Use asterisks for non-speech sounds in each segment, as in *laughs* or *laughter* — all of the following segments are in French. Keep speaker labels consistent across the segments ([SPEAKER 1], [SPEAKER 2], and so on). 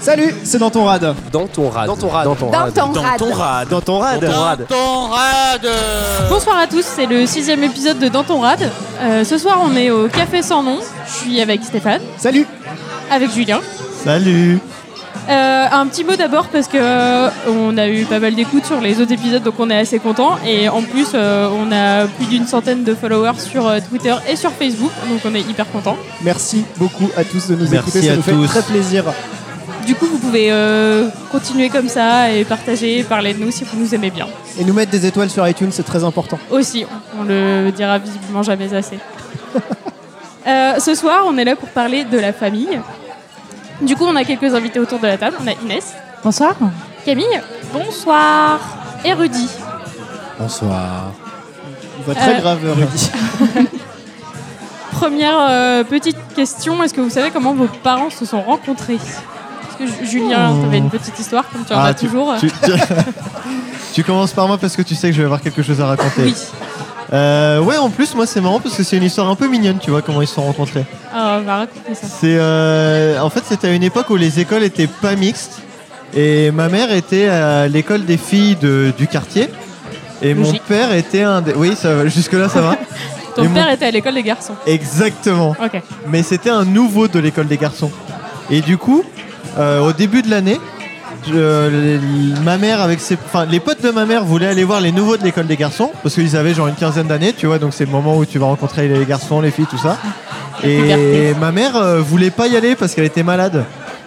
[SPEAKER 1] Salut, c'est dans ton rad.
[SPEAKER 2] Dans ton rad.
[SPEAKER 3] Dans ton rad.
[SPEAKER 2] Dans ton
[SPEAKER 4] Dans
[SPEAKER 2] rad.
[SPEAKER 4] ton
[SPEAKER 3] Dans
[SPEAKER 4] rad.
[SPEAKER 3] ton rad.
[SPEAKER 1] Dans ton rad.
[SPEAKER 3] Dans ton rad.
[SPEAKER 5] Danton Rad
[SPEAKER 6] Bonsoir à tous, c'est le sixième épisode de Danton Rad. Euh, ce soir, on est au Café Sans Nom. Je suis avec Stéphane,
[SPEAKER 1] Salut.
[SPEAKER 6] avec Julien.
[SPEAKER 1] Salut.
[SPEAKER 6] Euh, un petit mot d'abord parce que euh, on a eu pas mal d'écoutes sur les autres épisodes, donc on est assez content. Et en plus, euh, on a plus d'une centaine de followers sur euh, Twitter et sur Facebook, donc on est hyper content.
[SPEAKER 1] Merci beaucoup à tous de nous
[SPEAKER 3] Merci
[SPEAKER 1] écouter, ça
[SPEAKER 3] à
[SPEAKER 1] nous
[SPEAKER 3] tous.
[SPEAKER 1] fait très plaisir.
[SPEAKER 6] Du coup, vous pouvez euh, continuer comme ça et partager, parler de nous si vous nous aimez bien.
[SPEAKER 1] Et nous mettre des étoiles sur iTunes, c'est très important.
[SPEAKER 6] Aussi, on le dira visiblement jamais assez. Euh, ce soir, on est là pour parler de la famille. Du coup, on a quelques invités autour de la table. On a Inès,
[SPEAKER 7] Bonsoir.
[SPEAKER 6] Camille, bonsoir, et Rudy.
[SPEAKER 3] Bonsoir.
[SPEAKER 1] On va très
[SPEAKER 6] Euh.
[SPEAKER 1] grave, Rudy.
[SPEAKER 6] Première euh, petite question, est-ce que vous savez comment vos parents se sont rencontrés Parce que Ju- Julien, t'avais une petite histoire, comme tu en
[SPEAKER 8] Ah,
[SPEAKER 6] as toujours. *laughs*
[SPEAKER 8] Tu, tu- tu commences par moi parce que tu sais que je vais avoir quelque chose à raconter.
[SPEAKER 6] Oui.
[SPEAKER 8] Euh, ouais, en plus, moi, c'est marrant parce que c'est une histoire un peu mignonne, tu vois, comment ils se sont rencontrés.
[SPEAKER 6] Ah, on va raconter ça.
[SPEAKER 8] C'est, euh, en fait, c'était à une époque où les écoles étaient pas mixtes et ma mère était à l'école des filles de- du quartier et mon
[SPEAKER 6] Logique.
[SPEAKER 8] père était un des. Oui, ça va, jusque-là, ça va.
[SPEAKER 6] *laughs* Ton
[SPEAKER 8] Et mon-
[SPEAKER 6] père était à l'école des garçons.
[SPEAKER 8] Exactement.
[SPEAKER 6] Ok.
[SPEAKER 8] mais c'était un nouveau de l'école des garçons. Et du coup, euh, au début de l'année, je- euh, ma mère avec ses, enfin, les potes de ma mère voulaient aller voir les nouveaux de l'école des garçons parce qu'ils avaient genre une quinzaine d'années, tu vois, donc c'est le moment où tu vas rencontrer les garçons, les filles, tout ça. Et
[SPEAKER 6] puberté.
[SPEAKER 8] ma mère euh, voulait pas y aller parce qu'elle était malade.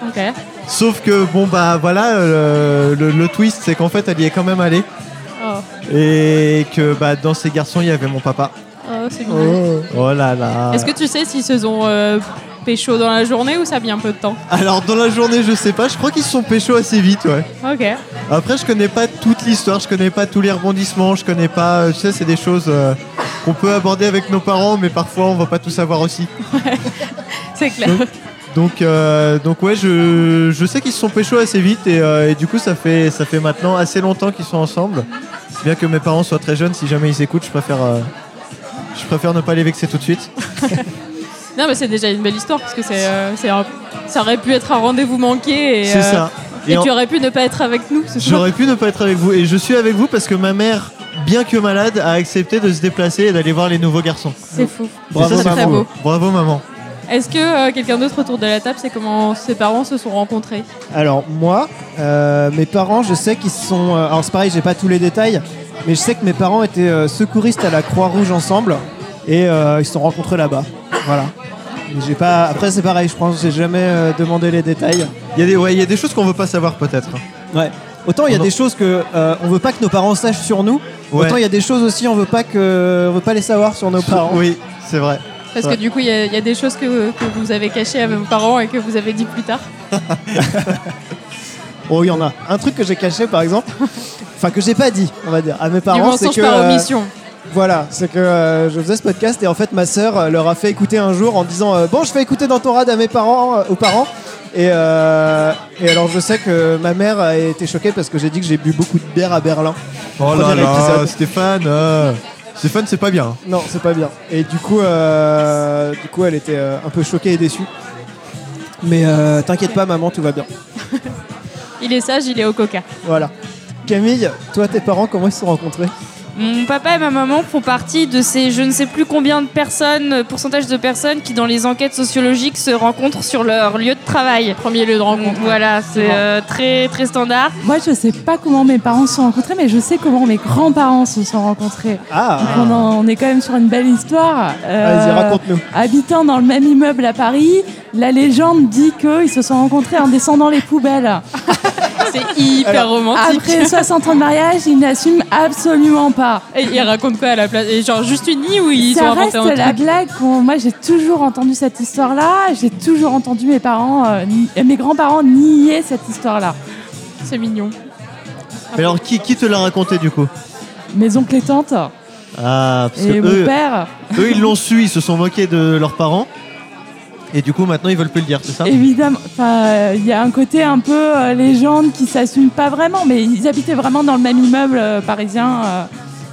[SPEAKER 6] Ok.
[SPEAKER 8] Sauf que bon bah voilà, euh, le, le twist c'est qu'en fait elle y est quand même allée
[SPEAKER 6] Oh,
[SPEAKER 8] et que bah dans ces garçons il y avait mon papa.
[SPEAKER 6] oh, c'est mignon.
[SPEAKER 8] Oh là là.
[SPEAKER 6] Est-ce que tu sais s'ils se sont euh, pécho dans la journée ou ça a mis un peu de temps
[SPEAKER 8] Alors dans la journée je sais pas, je crois qu'ils se sont pécho assez vite ouais.
[SPEAKER 6] Ok.
[SPEAKER 8] Après, je connais pas toute l'histoire, je connais pas tous les rebondissements, je connais pas. euh, Tu sais, c'est des choses euh, qu'on peut aborder avec nos parents, mais parfois on va pas tout savoir aussi.
[SPEAKER 6] C'est clair.
[SPEAKER 8] Donc, euh, donc ouais, je, je sais qu'ils se sont pécho assez vite et, euh, et du coup, ça fait, ça fait maintenant assez longtemps qu'ils sont ensemble. Bien que mes parents soient très jeunes, si jamais ils écoutent, je préfère, euh, je préfère ne pas les vexer tout de suite.
[SPEAKER 6] *laughs* Non, mais c'est déjà une belle histoire parce que c'est, euh, c'est un- ça aurait pu être un rendez-vous manqué et,
[SPEAKER 8] C'est
[SPEAKER 6] euh,
[SPEAKER 8] ça.
[SPEAKER 6] et,
[SPEAKER 8] Et en-
[SPEAKER 6] tu aurais pu ne pas être avec nous ce soir.
[SPEAKER 8] *laughs* J'aurais pu ne pas être avec vous et je suis avec vous parce que ma mère, bien que malade, a accepté de se déplacer et d'aller voir les nouveaux garçons.
[SPEAKER 6] C'est fou.
[SPEAKER 8] Et
[SPEAKER 1] Bravo,
[SPEAKER 8] ça, c'est
[SPEAKER 6] très
[SPEAKER 8] beau.
[SPEAKER 6] beau.
[SPEAKER 8] Bravo maman.
[SPEAKER 6] Est-ce que euh, quelqu'un d'autre autour de la table sait comment ses parents se sont rencontrés
[SPEAKER 1] Alors moi, euh, mes parents, je sais qu'ils sont. euh, alors c'est pareil, j'ai pas tous les détails, mais je sais que mes parents étaient euh, secouristes à la Croix Rouge ensemble et euh, ils se sont rencontrés là-bas. Voilà. Mais J'ai pas. Après c'est pareil, je pense, j'ai jamais euh, demandé les détails.
[SPEAKER 8] Il y a des, ouais, il y a des choses qu'on veut pas savoir peut-être.
[SPEAKER 1] Ouais. Autant il y a
[SPEAKER 8] On en-
[SPEAKER 1] des choses que euh, on veut pas que nos parents sachent sur nous.
[SPEAKER 8] Ouais.
[SPEAKER 1] Autant il y a des choses aussi on veut pas que on veut pas les savoir sur nos parents.
[SPEAKER 8] Oui, c'est vrai.
[SPEAKER 6] Parce
[SPEAKER 8] Ouais.
[SPEAKER 6] que du coup, il y, a- il y a des choses que, que vous avez cachées à vos parents et que vous avez dit plus tard.
[SPEAKER 1] Oh, il y en a. Un truc que j'ai caché, par exemple, *laughs* enfin que j'ai pas dit, on va dire, à mes
[SPEAKER 6] du
[SPEAKER 1] parents, c'est
[SPEAKER 6] mensonge
[SPEAKER 1] que
[SPEAKER 6] par
[SPEAKER 1] euh,
[SPEAKER 6] omission.
[SPEAKER 1] voilà, c'est que euh, je faisais ce podcast et en fait ma sœur euh, leur a fait écouter un jour en disant euh, bon, je fais écouter dans ton rad à mes parents, euh, aux parents. Et, euh, et alors je sais que ma mère a été choquée parce que j'ai dit que j'ai bu beaucoup de bière à Berlin.
[SPEAKER 8] Oh
[SPEAKER 1] Premier
[SPEAKER 8] là là,
[SPEAKER 1] épisode.
[SPEAKER 8] Stéphane. euh, Stéphane, c'est pas bien.
[SPEAKER 1] Non, c'est pas bien. Et du coup, euh, du coup, elle était euh, un peu choquée et déçue. Mais euh, t'inquiète pas, maman, tout va bien.
[SPEAKER 6] Il est sage, il est au coca.
[SPEAKER 1] Voilà. Camille, toi, tes parents, comment ils se sont rencontrés
[SPEAKER 7] Mon papa et ma maman font partie de ces je ne sais plus combien de personnes, euh, pourcentage de personnes qui dans les enquêtes sociologiques se rencontrent sur leur lieu de travail.
[SPEAKER 6] Premier lieu de
[SPEAKER 7] Donc
[SPEAKER 6] rencontre.
[SPEAKER 7] voilà, c'est euh, très très standard.
[SPEAKER 9] Moi, je sais pas comment mes parents se sont rencontrés, mais je sais comment mes grands-parents se sont rencontrés.
[SPEAKER 1] Ah,
[SPEAKER 9] On, en- on est quand même sur une belle histoire. Euh,
[SPEAKER 1] vas-y, raconte-nous.
[SPEAKER 9] Habitant dans le même immeuble à Paris, la légende dit qu'ils se sont rencontrés en descendant les poubelles.
[SPEAKER 6] C'est hyper romantique.
[SPEAKER 9] Après 60 ans de mariage, ils n'assument absolument pas.
[SPEAKER 6] Et il raconte quoi à la place Et Genre juste une nuit où ils ont
[SPEAKER 9] Ça
[SPEAKER 6] inventé
[SPEAKER 9] reste
[SPEAKER 6] un
[SPEAKER 9] la
[SPEAKER 6] truc
[SPEAKER 9] blague. qu'on- Moi, j'ai toujours entendu cette histoire-là. J'ai toujours entendu mes parents, euh, ni- mes grands-parents nier cette histoire-là.
[SPEAKER 6] C'est mignon.
[SPEAKER 8] Mais alors, qui, qui te l'a raconté du coup
[SPEAKER 9] Mes oncles et tantes
[SPEAKER 8] Ah, parce
[SPEAKER 9] et
[SPEAKER 8] que
[SPEAKER 9] mon
[SPEAKER 8] eux,
[SPEAKER 9] père.
[SPEAKER 8] eux, ils l'ont su, ils se sont moqués de leurs parents. Et du coup, maintenant, ils veulent plus le dire, c'est ça
[SPEAKER 9] Évidemment, enfin, euh, il y a un côté un peu euh, légende qui s'assume pas vraiment, mais ils habitaient vraiment dans le même immeuble euh, parisien. euh,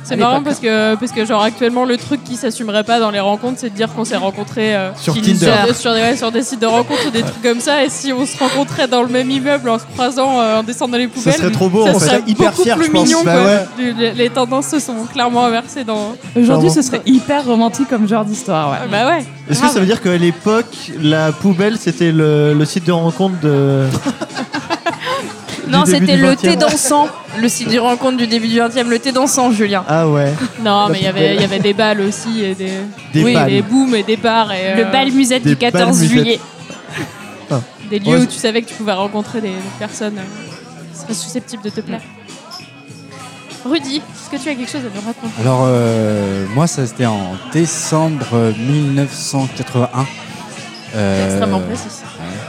[SPEAKER 6] C'est marrant parce que, parce que, genre, actuellement, le truc qui s'assumerait pas dans les rencontres, c'est de dire qu'on s'est rencontrés euh,
[SPEAKER 8] Sur
[SPEAKER 6] qui-
[SPEAKER 8] Tinder.
[SPEAKER 6] Sur, sur des, ouais, sur des sites de rencontres ou des trucs comme ça. Et si on se rencontrait dans le même immeuble en se croisant, euh, en descendant les poubelles,
[SPEAKER 8] serait trop beau,
[SPEAKER 6] ça
[SPEAKER 8] en fait.
[SPEAKER 6] serait
[SPEAKER 1] Ça serait hyper
[SPEAKER 6] beaucoup
[SPEAKER 1] fier,
[SPEAKER 6] plus
[SPEAKER 1] je pense.
[SPEAKER 6] mignon.
[SPEAKER 8] Bah
[SPEAKER 6] quoi.
[SPEAKER 8] ouais.
[SPEAKER 6] Du- Les, les tendances se sont clairement inversées dans.
[SPEAKER 9] Aujourd'hui,
[SPEAKER 8] Clairement.
[SPEAKER 9] ce serait hyper romantique comme genre d'histoire.
[SPEAKER 6] Ah
[SPEAKER 9] Ouais.
[SPEAKER 6] Bah ouais.
[SPEAKER 8] Est-ce que ça veut dire qu'à l'époque, la poubelle, c'était le, le site de rencontre de.
[SPEAKER 7] Non,
[SPEAKER 8] début
[SPEAKER 7] c'était
[SPEAKER 8] du
[SPEAKER 7] le
[SPEAKER 8] 20e.
[SPEAKER 7] thé dansant, le site du rencontre du début du 20e, le thé dansant, Julien.
[SPEAKER 8] Ah ouais,
[SPEAKER 6] Non, mais il y
[SPEAKER 8] poubelle.
[SPEAKER 6] avait, il y avait des balles aussi, et des,
[SPEAKER 8] des
[SPEAKER 6] oui,
[SPEAKER 8] balles.
[SPEAKER 6] des booms et des bars. Et,
[SPEAKER 7] Le
[SPEAKER 6] euh,
[SPEAKER 7] bal musette
[SPEAKER 8] Des
[SPEAKER 7] du 14
[SPEAKER 8] bal musette.
[SPEAKER 7] juillet.
[SPEAKER 6] Des lieux
[SPEAKER 8] Ouais.
[SPEAKER 6] où tu savais que tu pouvais rencontrer des, des personnes euh, qui seraient susceptibles de te plaire. Rudy, est-ce que tu as quelque chose à nous raconter
[SPEAKER 3] Alors, euh, moi, ça c'était en décembre 1981.
[SPEAKER 6] C'est
[SPEAKER 3] Euh,
[SPEAKER 6] extrêmement précis.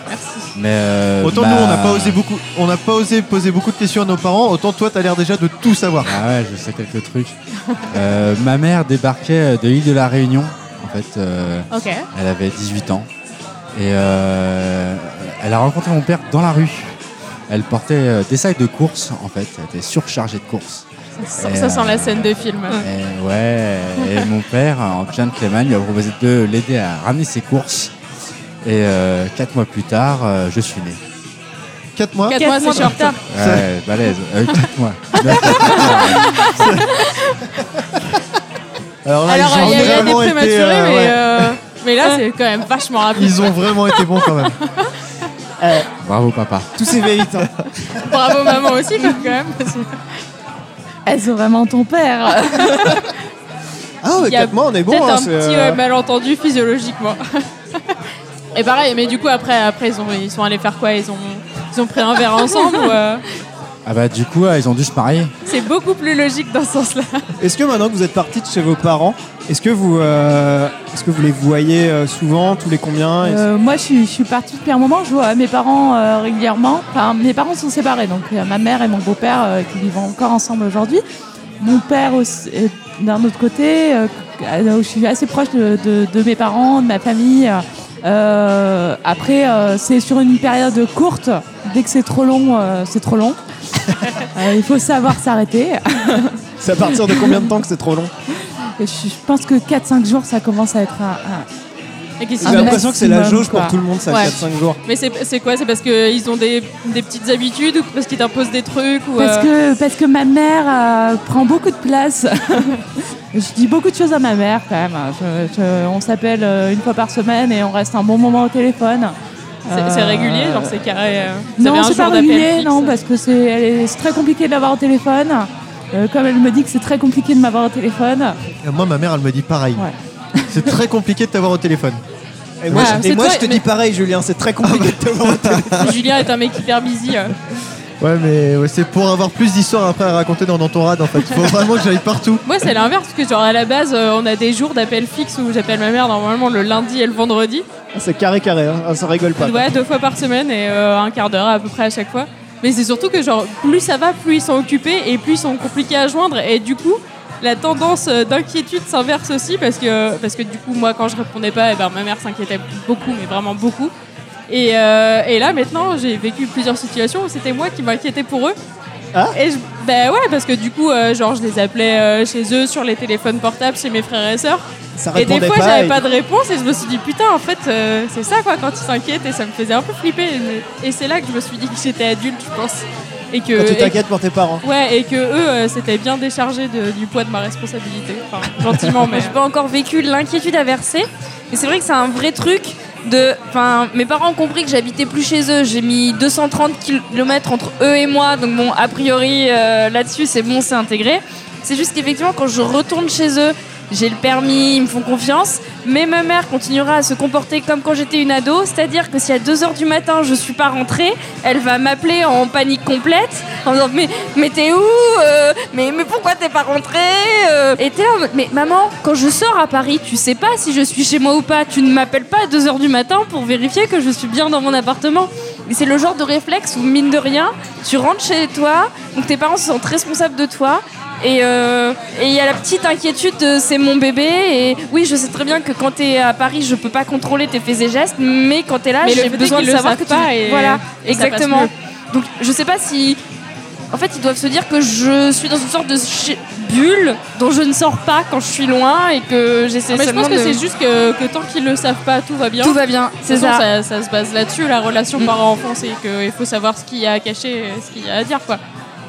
[SPEAKER 6] Merci.
[SPEAKER 3] Mais euh,
[SPEAKER 8] Autant
[SPEAKER 3] bah,
[SPEAKER 8] nous, on n'a pas osé beaucoup, on n'a pas osé poser beaucoup de questions à nos parents. Autant toi, t'as l'air déjà de tout savoir.
[SPEAKER 3] Ah ouais, je sais quelques trucs. Euh, ma mère débarquait euh, de l'île de la Réunion. En fait, euh,
[SPEAKER 6] Ok.
[SPEAKER 3] elle avait 18 ans. Et euh, elle a rencontré mon père dans la rue. Elle portait euh, des sacs de courses, en fait. Elle était surchargée de courses.
[SPEAKER 6] Ça,
[SPEAKER 3] Et,
[SPEAKER 6] ça sent
[SPEAKER 3] euh,
[SPEAKER 6] la scène de film.
[SPEAKER 3] Et Eh ouais, et mon père, en gentleman, lui a proposé de l'aider à ramener ses courses. Et euh, quatre mois plus tard, euh, je suis né.
[SPEAKER 8] 4 mois.
[SPEAKER 6] 4 mois, c'est short.
[SPEAKER 3] Ouais, balèze. Euh, quatre mois. Neuf, quatre mois.
[SPEAKER 8] Alors là,
[SPEAKER 6] Alors,
[SPEAKER 8] Ah, ils ont
[SPEAKER 6] il y a- il y a des
[SPEAKER 8] vraiment été,
[SPEAKER 6] prématurés,
[SPEAKER 8] euh,
[SPEAKER 6] mais,
[SPEAKER 8] ouais.
[SPEAKER 6] euh, mais là, c'est quand même vachement rapide.
[SPEAKER 8] Ils ont vraiment été bons
[SPEAKER 7] *laughs*
[SPEAKER 8] quand même.
[SPEAKER 3] Bravo, papa.
[SPEAKER 1] Tous ces vérités.
[SPEAKER 6] *laughs*
[SPEAKER 1] hein.
[SPEAKER 6] Bravo, maman aussi, quand même. parce que-
[SPEAKER 9] Est-ce vraiment ton père
[SPEAKER 1] Ah ouais,
[SPEAKER 6] Il y a
[SPEAKER 1] 4 mois, on est bon.
[SPEAKER 6] Peut-être
[SPEAKER 1] hein,
[SPEAKER 6] un
[SPEAKER 1] c'est,
[SPEAKER 6] petit
[SPEAKER 1] euh,
[SPEAKER 6] euh, malentendu physiologiquement. *laughs* Et pareil, mais du coup, après, après ils, ont, ils sont allés faire quoi ils ont, ils ont pris un verre ensemble ou, euh,
[SPEAKER 3] Ah bah, du coup, euh, ils ont dû se marier.
[SPEAKER 6] C'est beaucoup plus logique dans ce sens-là.
[SPEAKER 1] Est-ce que maintenant que vous êtes parti de chez vos parents, est-ce que vous, euh, est-ce que vous les voyez euh, souvent, tous les combien Est-ce-
[SPEAKER 9] Euh, Moi, je suis, je suis partie depuis un moment. Je vois mes parents euh, régulièrement. Enfin, mes parents sont séparés, donc euh, ma mère et mon beau-père euh, qui vivent encore ensemble aujourd'hui. Mon père, aussi, euh, d'un autre côté, euh, euh, je suis assez proche de, de- de mes parents, de ma famille. Euh, après, euh, c'est sur une période courte. Dès que c'est trop long, euh, c'est trop long. Euh, il faut savoir s'arrêter.
[SPEAKER 1] C'est à partir de combien de temps que c'est trop long
[SPEAKER 9] Je je pense que 4-5 jours, ça commence à être un- un,
[SPEAKER 6] Et qu'est-ce
[SPEAKER 1] J'ai
[SPEAKER 9] Ah,
[SPEAKER 6] qu'ils ont-
[SPEAKER 9] mais-
[SPEAKER 1] l'impression que c'est la
[SPEAKER 9] maximum,
[SPEAKER 1] jauge pour
[SPEAKER 9] quoi.
[SPEAKER 1] tout le monde, ça,
[SPEAKER 6] Ouais.
[SPEAKER 1] 4-5 jours.
[SPEAKER 6] Mais c'est c'est quoi C'est parce qu'ils ont des, des petites habitudes ou parce qu'ils t'imposent des trucs ou,
[SPEAKER 9] Parce
[SPEAKER 6] euh,
[SPEAKER 9] que, parce que ma mère euh, prend beaucoup de
[SPEAKER 6] *laughs*
[SPEAKER 9] place. je dis beaucoup de choses à ma mère quand même. Je- je- on s'appelle euh, une fois par semaine et on reste un bon moment au téléphone.
[SPEAKER 6] c'est- c'est
[SPEAKER 8] Ah.
[SPEAKER 9] Euh,
[SPEAKER 6] régulier Genre c'est carré euh, vous avez
[SPEAKER 9] Non,
[SPEAKER 6] un
[SPEAKER 9] c'est
[SPEAKER 6] jour
[SPEAKER 9] pas
[SPEAKER 6] d'appel
[SPEAKER 9] régulier,
[SPEAKER 6] fixe
[SPEAKER 9] non, parce que c'est elle est- c'est très compliqué de l'avoir au téléphone. Euh, comme elle me dit que c'est très compliqué de m'avoir au téléphone.
[SPEAKER 8] Et moi, ma mère, elle me dit pareil.
[SPEAKER 9] Ouais.
[SPEAKER 8] C'est très compliqué de t'avoir au téléphone.
[SPEAKER 1] Et moi,
[SPEAKER 6] Ouais,
[SPEAKER 1] je- et
[SPEAKER 6] Ah, c'est
[SPEAKER 1] moi,
[SPEAKER 6] toi,
[SPEAKER 1] je te
[SPEAKER 6] mais- Ah, bah.
[SPEAKER 1] dis pareil, Julien, c'est très compliqué de t'avoir au téléphone.
[SPEAKER 6] Julien est un mec hyper busy. euh.
[SPEAKER 8] Ouais, mais ouais, c'est pour avoir plus d'histoires après à raconter dans, dans ton rad en fait. Faut vraiment que j'aille
[SPEAKER 7] *laughs*
[SPEAKER 8] partout.
[SPEAKER 6] Moi c'est l'inverse parce que genre à la base euh, on a des jours d'appel fixe où j'appelle ma mère normalement le lundi et le vendredi.
[SPEAKER 1] Ah, *laughs* C'est carré carré, hein. Ah, ça rigole pas.
[SPEAKER 6] Ouais, deux fois par semaine et euh, un quart d'heure à peu près à chaque fois. Mais c'est surtout que genre plus ça va, plus ils sont occupés et plus ils sont compliqués à joindre et du coup la tendance euh, d'inquiétude s'inverse aussi parce que parce que du coup moi quand je répondais pas et ben ma mère s'inquiétait beaucoup mais vraiment beaucoup et, euh, et là maintenant j'ai vécu plusieurs situations où c'était moi qui m'inquiétais pour eux
[SPEAKER 1] Ah.
[SPEAKER 6] et je, ben ouais parce que du coup euh, genre je les appelais euh, chez eux sur les téléphones portables chez mes frères et sœurs
[SPEAKER 1] Ça
[SPEAKER 6] et des
[SPEAKER 1] répondait
[SPEAKER 6] fois,
[SPEAKER 1] pas.
[SPEAKER 6] j'avais
[SPEAKER 1] et-
[SPEAKER 6] pas de réponse et je me suis dit putain, en fait, euh, c'est ça quoi, quand ils s'inquiètent et ça me faisait un peu flipper. Et, et c'est là que je me suis dit que j'étais adulte, je pense. Et que.
[SPEAKER 1] Quand tu
[SPEAKER 6] et-
[SPEAKER 1] t'inquiètes pour tes parents.
[SPEAKER 6] ouais, et que eux, euh, s'étaient bien déchargés de- du poids de ma responsabilité. Enfin,
[SPEAKER 7] *laughs*
[SPEAKER 6] gentiment, mais.
[SPEAKER 7] J'ai pas encore vécu l'inquiétude inversée, mais c'est vrai que c'est un vrai truc. De, enfin, mes parents ont compris que j'habitais plus chez eux. J'ai mis 230 km entre eux et moi, donc bon, a priori euh, là-dessus c'est bon, c'est intégré. C'est juste qu'effectivement, quand je retourne chez eux, j'ai le permis, ils me font confiance, mais ma mère continuera à se comporter comme quand j'étais une ado, c'est-à-dire que si à 2h du matin je suis pas rentrée, elle va m'appeler en panique complète, en me disant Mais, mais t'es où Euh, mais, mais pourquoi t'es pas rentrée Euh, Et t'es là en mode, Mais maman, quand je sors à Paris, tu sais pas si je suis chez moi ou pas, tu ne m'appelles pas à 2h du matin pour vérifier que je suis bien dans mon appartement. Mais c'est le genre de réflexe où, mine de rien, tu rentres chez toi, donc tes parents se sentent responsables de toi. Et euh, et il y a la petite inquiétude de c'est mon bébé. Et oui, je sais très bien que quand t'es à Paris, je peux pas contrôler tes faits et gestes, mais quand t'es là,
[SPEAKER 6] Mais le
[SPEAKER 7] j'ai
[SPEAKER 6] fait est
[SPEAKER 7] besoin de
[SPEAKER 6] qu'ils le
[SPEAKER 7] savoir
[SPEAKER 6] savent
[SPEAKER 7] que tu.
[SPEAKER 6] pas et-
[SPEAKER 7] voilà,
[SPEAKER 6] et ça passe
[SPEAKER 7] exactement.
[SPEAKER 6] mieux.
[SPEAKER 7] Donc je sais pas si en fait, ils doivent se dire que je suis dans une sorte de ch- bulle dont je ne sors pas quand je suis loin et que j'essaie
[SPEAKER 6] Ah, mais je
[SPEAKER 7] seulement
[SPEAKER 6] pense que
[SPEAKER 7] de-
[SPEAKER 6] c'est juste que, que tant qu'ils le savent pas, tout va bien.
[SPEAKER 7] Tout va bien,
[SPEAKER 6] De
[SPEAKER 7] c'est
[SPEAKER 6] toute façon,
[SPEAKER 7] ça.
[SPEAKER 6] ça. ça se base là-dessus, la relation
[SPEAKER 7] Mm.
[SPEAKER 6] parent-enfant, c'est qu'il faut savoir ce qu'il y a à cacher, et ce qu'il y a à dire, quoi.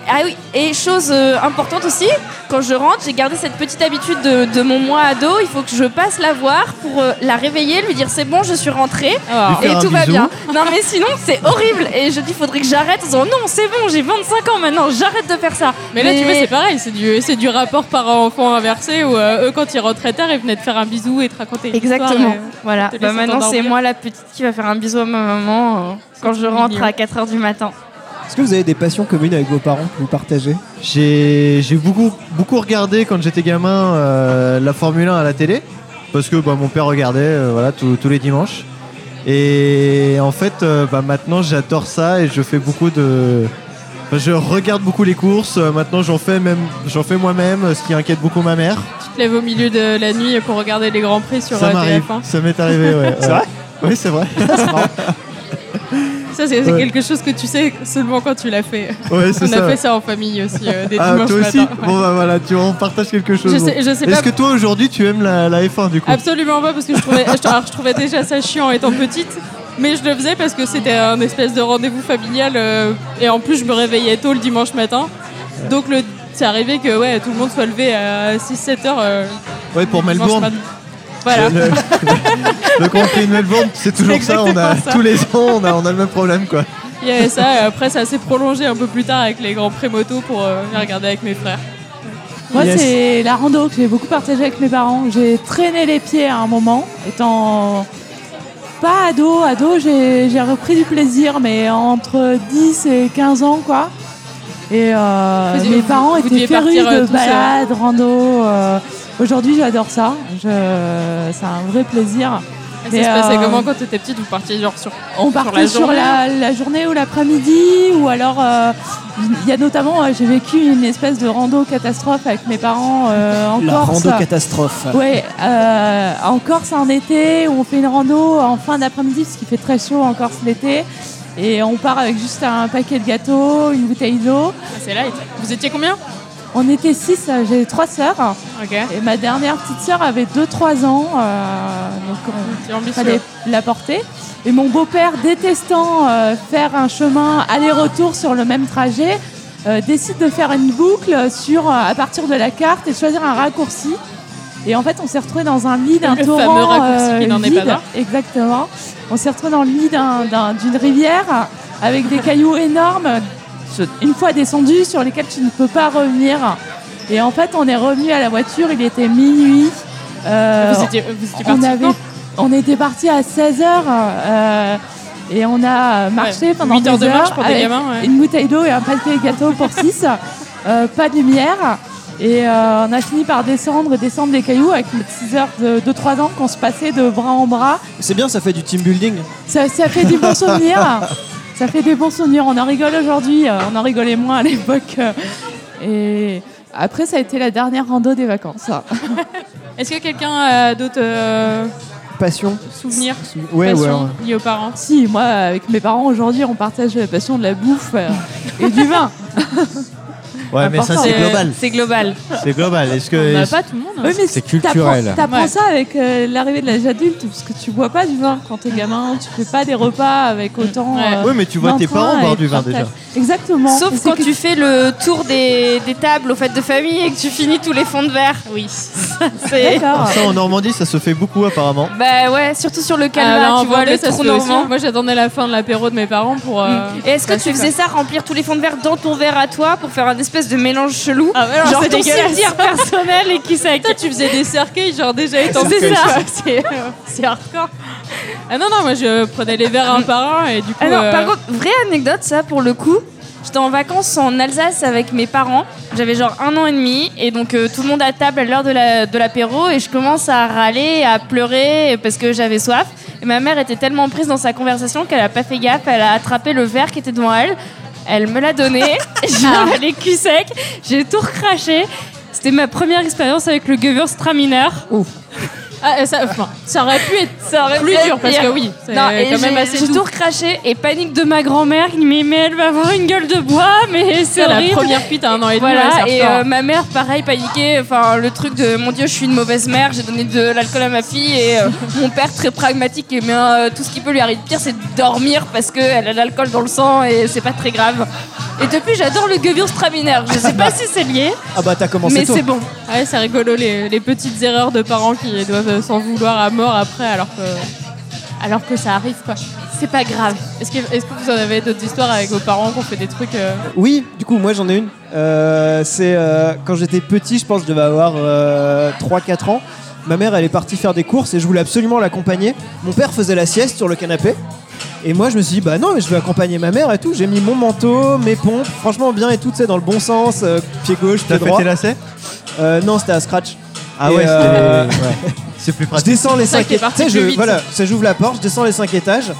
[SPEAKER 7] Ah oui, et chose euh, importante aussi, quand je rentre, j'ai gardé cette petite habitude de, de mon moi ado, il faut que je passe la voir pour euh, la réveiller, lui dire c'est bon, je suis rentrée.
[SPEAKER 6] Alors,
[SPEAKER 8] Lui faire
[SPEAKER 7] Ah. et
[SPEAKER 8] un
[SPEAKER 7] tout va
[SPEAKER 8] bisou.
[SPEAKER 7] bien. Non mais sinon c'est horrible et je dis faudrait que j'arrête en disant non c'est bon j'ai 25 ans maintenant j'arrête de faire ça.
[SPEAKER 6] mais là, tu vois, c'est pareil, c'est du, c'est du rapport parent-enfant inversé où euh, eux, quand ils rentraient tard, ils venaient te faire un bisou et te raconter une
[SPEAKER 7] Exactement.
[SPEAKER 6] histoire, euh.
[SPEAKER 7] voilà.
[SPEAKER 6] te
[SPEAKER 7] Bah,
[SPEAKER 6] laisser
[SPEAKER 7] maintenant c'est
[SPEAKER 6] t'endormir.
[SPEAKER 7] moi la petite qui va faire un bisou à ma maman euh, quand je rentre
[SPEAKER 6] mignon.
[SPEAKER 7] à 4h du matin.
[SPEAKER 1] Est-ce que vous avez des passions communes avec vos parents que vous partagez
[SPEAKER 8] J'ai j'ai beaucoup, beaucoup regardé quand j'étais gamin euh, la Formule 1 à la télé, parce que bah, mon père regardait euh, voilà, tous- tous les dimanches. Et en fait, euh, bah, maintenant j'adore ça et je fais beaucoup de. enfin, je regarde beaucoup les courses, euh, maintenant j'en fais, même, j'en fais moi-même, ce qui inquiète beaucoup ma mère.
[SPEAKER 6] Tu te lèves au milieu de la nuit pour regarder les grands prix sur
[SPEAKER 8] ça
[SPEAKER 6] euh,
[SPEAKER 8] m'arrive,
[SPEAKER 6] TF1.
[SPEAKER 8] ça m'est arrivé,
[SPEAKER 6] *laughs*
[SPEAKER 8] ouais.
[SPEAKER 1] C'est vrai
[SPEAKER 8] Oui, c'est vrai.
[SPEAKER 6] Ça, c'est c'est
[SPEAKER 8] Ouais.
[SPEAKER 6] quelque chose que tu sais seulement quand tu l'as fait.
[SPEAKER 8] Ouais, c'est
[SPEAKER 6] On
[SPEAKER 8] ça.
[SPEAKER 6] a fait ça en famille aussi, euh, des
[SPEAKER 8] Ah,
[SPEAKER 6] dimanches
[SPEAKER 8] toi aussi
[SPEAKER 6] matins.
[SPEAKER 8] Bon, bah voilà, tu en partages quelque chose.
[SPEAKER 6] Je
[SPEAKER 8] bon.
[SPEAKER 6] sais, je sais pas
[SPEAKER 8] Est-ce que toi aujourd'hui tu aimes la, la F1 du coup
[SPEAKER 6] Absolument pas, parce que je trouvais, je, alors, je trouvais déjà ça chiant étant petite, mais je le faisais parce que c'était un espèce de rendez-vous familial, euh, et en plus je me réveillais tôt le dimanche matin, donc le, c'est arrivé que ouais, tout le monde soit levé à 6-7 heures euh,
[SPEAKER 8] Ouais, pour
[SPEAKER 6] le dimanche
[SPEAKER 8] Melbourne.
[SPEAKER 6] matin. Voilà.
[SPEAKER 8] Le, le Grand Prix de Melbourne, c'est toujours ça. On a
[SPEAKER 6] exactement ça.
[SPEAKER 8] tous les ans, on a, on a le même problème quoi.
[SPEAKER 6] Il y avait ça, et après ça s'est prolongé un peu plus tard avec les grands prémotos pour euh, les regarder avec mes frères.
[SPEAKER 9] Moi,
[SPEAKER 1] Yes.
[SPEAKER 9] c'est la rando que j'ai beaucoup partagée avec mes parents. J'ai traîné les pieds à un moment, étant pas ado. Ado, j'ai j'ai repris du plaisir, mais entre 10 et 15 ans, quoi. Et euh,
[SPEAKER 6] Vous-
[SPEAKER 9] mes
[SPEAKER 6] vous-
[SPEAKER 9] parents
[SPEAKER 6] vous
[SPEAKER 9] étaient
[SPEAKER 6] deviez
[SPEAKER 9] férus
[SPEAKER 6] partir, euh,
[SPEAKER 9] de
[SPEAKER 6] tous, euh,
[SPEAKER 9] balades, rando. euh, Aujourd'hui, j'adore ça. Je- C'est un vrai plaisir.
[SPEAKER 6] Et
[SPEAKER 9] Et,
[SPEAKER 6] ça se passait
[SPEAKER 9] euh,
[SPEAKER 6] comment quand t'étais petite Vous partiez genre sur.
[SPEAKER 9] On partait sur la, la journée ou l'après-midi, ou alors euh, il y a notamment, euh, j'ai vécu une espèce de rando catastrophe avec mes parents euh, en
[SPEAKER 1] La
[SPEAKER 9] Corse.
[SPEAKER 1] rando catastrophe.
[SPEAKER 9] Ouais, euh, en Corse en été, où on fait une rando en fin d'après-midi parce qu'il fait très chaud en Corse l'été. Et on part avec juste un paquet de gâteaux, une bouteille d'eau.
[SPEAKER 6] Ah, c'est light. Vous étiez combien
[SPEAKER 9] On était six, euh, j'ai trois sœurs.
[SPEAKER 6] Ok.
[SPEAKER 9] Et ma dernière petite sœur avait deux, trois ans. euh, donc on
[SPEAKER 6] C'est ambitieux.
[SPEAKER 9] fallait la porter. Et mon beau-père, détestant euh, faire un chemin aller-retour sur le même trajet, euh, décide de faire une boucle sur, euh, à partir de la carte et de choisir un raccourci. Et en fait, on s'est retrouvé dans un lit d'un
[SPEAKER 6] Le
[SPEAKER 9] torrent. euh,
[SPEAKER 6] fameux raccourci qui n'en est pas
[SPEAKER 9] vide.
[SPEAKER 6] un.
[SPEAKER 9] Exactement. On s'est retrouvé dans le lit d'un- d'un- d'une rivière avec des cailloux énormes. Je- Une fois descendu, sur lesquels tu ne peux pas revenir. Et en fait, on est revenu à la voiture. Il était minuit. Euh,
[SPEAKER 6] Vous étiez, vous étiez
[SPEAKER 9] on,
[SPEAKER 6] partis
[SPEAKER 9] avait-
[SPEAKER 6] quand
[SPEAKER 9] on était parti à 16h et on a marché
[SPEAKER 6] Ouais.
[SPEAKER 9] pendant
[SPEAKER 6] Huit heures
[SPEAKER 9] des
[SPEAKER 6] de marche pour des
[SPEAKER 9] avec
[SPEAKER 6] gamins. ouais.
[SPEAKER 9] une bouteille d'eau et un paquet de gâteaux
[SPEAKER 6] *laughs*
[SPEAKER 9] pour 6. pas de lumière. Et euh, on a fini par descendre, descendre des cailloux avec notre 6 heures de 2-3 ans qu'on se passait de bras en bras.
[SPEAKER 1] C'est bien, ça fait du team building.
[SPEAKER 9] Ça, ça fait des bons souvenirs.
[SPEAKER 6] *laughs*
[SPEAKER 9] Ça fait des bons souvenirs. On en rigole aujourd'hui. euh, On en rigolait moins à l'époque. euh. Et après, ça a été la dernière rando des vacances.
[SPEAKER 6] Est-ce que quelqu'un a d'autres euh,
[SPEAKER 1] Passion.
[SPEAKER 6] souvenirs
[SPEAKER 1] Ouais, ouais,
[SPEAKER 6] passions
[SPEAKER 1] ouais.
[SPEAKER 6] liés aux parents
[SPEAKER 9] Si, moi, avec mes parents aujourd'hui, on partage la passion de la bouffe euh, et du
[SPEAKER 6] *laughs*
[SPEAKER 9] vin.
[SPEAKER 8] Ouais, mais ça
[SPEAKER 9] Important.
[SPEAKER 8] c'est
[SPEAKER 6] C'est-
[SPEAKER 8] global.
[SPEAKER 7] C'est global.
[SPEAKER 8] C'est global. Est-ce
[SPEAKER 6] On
[SPEAKER 1] Euh,
[SPEAKER 8] que
[SPEAKER 6] n'a pas tout le monde. hein.
[SPEAKER 9] Oui, mais
[SPEAKER 3] C'est
[SPEAKER 9] t'apprends-
[SPEAKER 3] culturel.
[SPEAKER 9] T'apprends
[SPEAKER 6] Ouais.
[SPEAKER 9] ça avec euh, l'arrivée de l'âge adulte, parce que tu bois pas du vin quand t'es gamin, tu fais pas des repas avec autant.
[SPEAKER 6] Mm. Ouais.
[SPEAKER 9] euh,
[SPEAKER 8] Oui, mais tu vois tes
[SPEAKER 9] d'entrain
[SPEAKER 8] parents boire
[SPEAKER 9] et
[SPEAKER 8] du vin
[SPEAKER 9] partage.
[SPEAKER 8] déjà. Ah,
[SPEAKER 9] Exactement. Mais
[SPEAKER 7] Sauf
[SPEAKER 9] c'est
[SPEAKER 7] quand
[SPEAKER 9] que-
[SPEAKER 7] tu fais le tour des, des tables aux fêtes de famille et que tu finis tous les fonds de verre. Oui. *laughs* c'est
[SPEAKER 9] D'accord.
[SPEAKER 8] Ça en Normandie, ça se fait beaucoup apparemment.
[SPEAKER 7] bah ouais, surtout sur le
[SPEAKER 6] Ah,
[SPEAKER 7] calma,
[SPEAKER 6] bah, en
[SPEAKER 7] tu vois
[SPEAKER 6] Bordeaux,
[SPEAKER 7] le
[SPEAKER 6] ça se
[SPEAKER 7] trou
[SPEAKER 6] fait aussi.
[SPEAKER 7] normand.
[SPEAKER 6] Moi, j'attendais la fin de l'apéro de mes parents pour. euh, *laughs*
[SPEAKER 7] Et est-ce que
[SPEAKER 6] ça,
[SPEAKER 7] tu
[SPEAKER 6] c'est
[SPEAKER 7] faisais ça, remplir tous les fonds de verre dans ton verre à toi pour faire un espèce de mélange chelou
[SPEAKER 6] Ah, ouais, alors,
[SPEAKER 7] Genre
[SPEAKER 6] c'est
[SPEAKER 7] ton
[SPEAKER 6] dégueulasse.
[SPEAKER 7] cimetière personnel et qui sait
[SPEAKER 6] Toi, tu faisais des cercueils, genre déjà étendus.
[SPEAKER 7] C'est ça. *laughs*
[SPEAKER 6] quoi. C'est euh, c'est hardcore. Ah non, non, moi, je prenais les verres un par un et du coup.
[SPEAKER 7] Ah non,
[SPEAKER 6] euh,
[SPEAKER 7] par contre, vraie anecdote, ça, pour le coup. J'étais en vacances en Alsace avec mes parents. J'avais genre un an et demi. Et donc, euh, tout le monde à table à l'heure de la- de l'apéro. et je commence à râler, à pleurer parce que j'avais soif. Et ma mère était tellement prise dans sa conversation qu'elle a pas fait gaffe. Elle a attrapé le verre qui était devant elle. Elle me l'a
[SPEAKER 6] *laughs*
[SPEAKER 7] donné. *laughs* J'en les cul sec. J'ai tout recraché. C'était ma première expérience avec le Gewürztraminer.
[SPEAKER 6] Ah, euh, ça, enfin, ça aurait pu être
[SPEAKER 7] Ça aurait
[SPEAKER 6] plus
[SPEAKER 7] pu
[SPEAKER 6] dur
[SPEAKER 7] être
[SPEAKER 6] parce
[SPEAKER 7] pire.
[SPEAKER 6] que oui, c'est
[SPEAKER 7] Non, et
[SPEAKER 6] Euh, quand même
[SPEAKER 7] j'ai-
[SPEAKER 6] assez
[SPEAKER 7] j'ai
[SPEAKER 6] doux.
[SPEAKER 7] tout recraché et panique de ma grand-mère qui me dit mais elle va avoir une gueule de bois mais c'est
[SPEAKER 6] C'est la
[SPEAKER 7] horrible.
[SPEAKER 6] première fuite à un an et demi.
[SPEAKER 7] Voilà,
[SPEAKER 6] elle
[SPEAKER 7] et
[SPEAKER 6] sert fort.
[SPEAKER 7] euh, ma mère, pareil, paniquée. Enfin, le truc de mon dieu, je suis une mauvaise mère, j'ai donné de l'alcool à ma fille. Et
[SPEAKER 6] *laughs*
[SPEAKER 7] euh, mon père, très pragmatique, et bien, euh, tout ce qui peut lui arriver de pire, c'est de dormir parce qu'elle a de l'alcool dans le sang et c'est pas très grave. Et depuis, j'adore le Gewürztraminer. Je sais
[SPEAKER 6] *laughs*
[SPEAKER 7] pas si c'est lié,
[SPEAKER 1] Ah bah t'as commencé
[SPEAKER 7] mais
[SPEAKER 1] tôt.
[SPEAKER 7] c'est bon.
[SPEAKER 6] Ouais, c'est rigolo les, les petites erreurs de parents qui doivent euh, s'en vouloir à mort après alors que, alors que ça arrive quoi.
[SPEAKER 7] C'est pas grave.
[SPEAKER 6] Est-ce que, est-ce que vous en avez d'autres histoires avec vos parents qui ont fait des trucs euh,
[SPEAKER 1] Oui, du coup, moi j'en ai une. Euh, c'est euh, quand j'étais petit, je pense que je devais avoir euh, 3-4 ans. Ma mère, elle est partie faire des courses et je voulais absolument l'accompagner. Mon père faisait la sieste sur le canapé. Et moi, je me suis dit, bah non, mais je vais accompagner ma mère et tout. J'ai mis mon manteau, mes pompes, franchement bien et tout, c'est dans le bon sens, euh, pied gauche, pied
[SPEAKER 8] T'as fait
[SPEAKER 1] droit.
[SPEAKER 8] tes lacets
[SPEAKER 1] Euh, non, c'était à scratch.
[SPEAKER 8] Ah
[SPEAKER 1] Et,
[SPEAKER 8] ouais,
[SPEAKER 1] euh,
[SPEAKER 8] c'était- c'est plus
[SPEAKER 1] Je
[SPEAKER 8] pratique.
[SPEAKER 1] descends les
[SPEAKER 6] ça
[SPEAKER 1] 5
[SPEAKER 6] qui est
[SPEAKER 1] étages.
[SPEAKER 6] parti
[SPEAKER 1] Tu sais,
[SPEAKER 6] plus
[SPEAKER 1] je-
[SPEAKER 6] vite.
[SPEAKER 1] Voilà, ça j'ouvre la porte, je descends les 5 étages.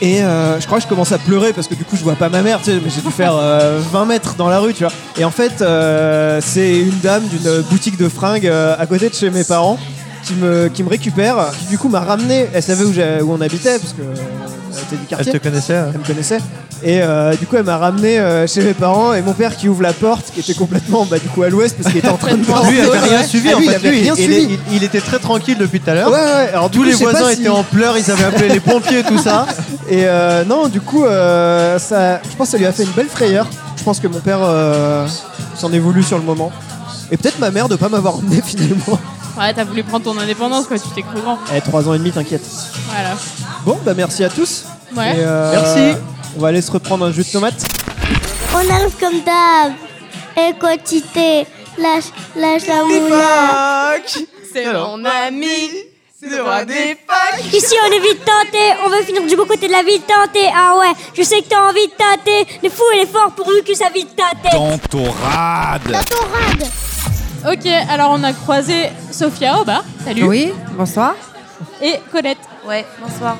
[SPEAKER 1] Et euh, je crois que je commence à pleurer parce que du coup je vois pas ma mère, tu sais, mais j'ai dû faire euh, 20 mètres dans la rue, tu vois. Et en fait, euh, c'est une dame d'une boutique de fringues euh, à côté de chez mes parents qui me, qui me récupère, qui du coup m'a ramené. Elle savait où, j'ai- où on habitait parce que euh, elle était du
[SPEAKER 8] Elle
[SPEAKER 1] quartier.
[SPEAKER 8] te connaissait hein
[SPEAKER 1] Elle me connaissait. Et euh, du coup, elle m'a ramené euh, chez mes parents et mon père qui ouvre la porte, qui était complètement bah, du coup à l'ouest parce qu'il était en
[SPEAKER 8] *laughs*
[SPEAKER 1] train de
[SPEAKER 8] Lui, il avait
[SPEAKER 1] dormir.
[SPEAKER 8] rien suivi
[SPEAKER 1] Ah,
[SPEAKER 8] en
[SPEAKER 1] lui, il
[SPEAKER 8] fait.
[SPEAKER 1] avait
[SPEAKER 8] Lui,
[SPEAKER 1] rien
[SPEAKER 8] il- il
[SPEAKER 1] suivi.
[SPEAKER 8] est- il- il était très tranquille depuis tout à l'heure.
[SPEAKER 1] Ouais, ouais. Alors, du
[SPEAKER 8] Tous
[SPEAKER 1] coup,
[SPEAKER 8] les
[SPEAKER 1] je sais pas
[SPEAKER 8] voisins
[SPEAKER 1] si-
[SPEAKER 8] étaient en pleurs, ils avaient appelé les pompiers et tout
[SPEAKER 1] *laughs*
[SPEAKER 8] ça.
[SPEAKER 1] Et euh, non, du coup, euh, ça, je pense que ça lui a fait une belle frayeur. Je pense que mon père euh, s'en est voulu sur le moment. Et peut-être ma mère de pas m'avoir emmené *laughs* finalement.
[SPEAKER 6] Ouais, t'as voulu prendre ton indépendance quoi, tu t'es cru grand.
[SPEAKER 1] Eh, 3 ans et demi, t'inquiète.
[SPEAKER 6] Voilà.
[SPEAKER 1] Bon, bah merci à tous.
[SPEAKER 6] Ouais.
[SPEAKER 1] Et, euh,
[SPEAKER 8] Merci.
[SPEAKER 1] On va aller se reprendre un jus de tomate.
[SPEAKER 2] On arrive comme d'hab.
[SPEAKER 10] Eh,
[SPEAKER 2] Et quotité, lâche, lâche la moula.
[SPEAKER 7] C'est mon ami, c'est des
[SPEAKER 2] Ici, on est vite tenté. On veut finir du beau côté de la vie tentée. Ah ouais, je sais que t'as envie de tâter. Les fous et les forts pourvu que ça vite tâter.
[SPEAKER 3] Tantorade
[SPEAKER 2] Torade.
[SPEAKER 6] Ok, alors on a croisé Sophia au bar. Salut.
[SPEAKER 4] Oui, bonsoir.
[SPEAKER 6] Et Colette.
[SPEAKER 4] Ouais, bonsoir.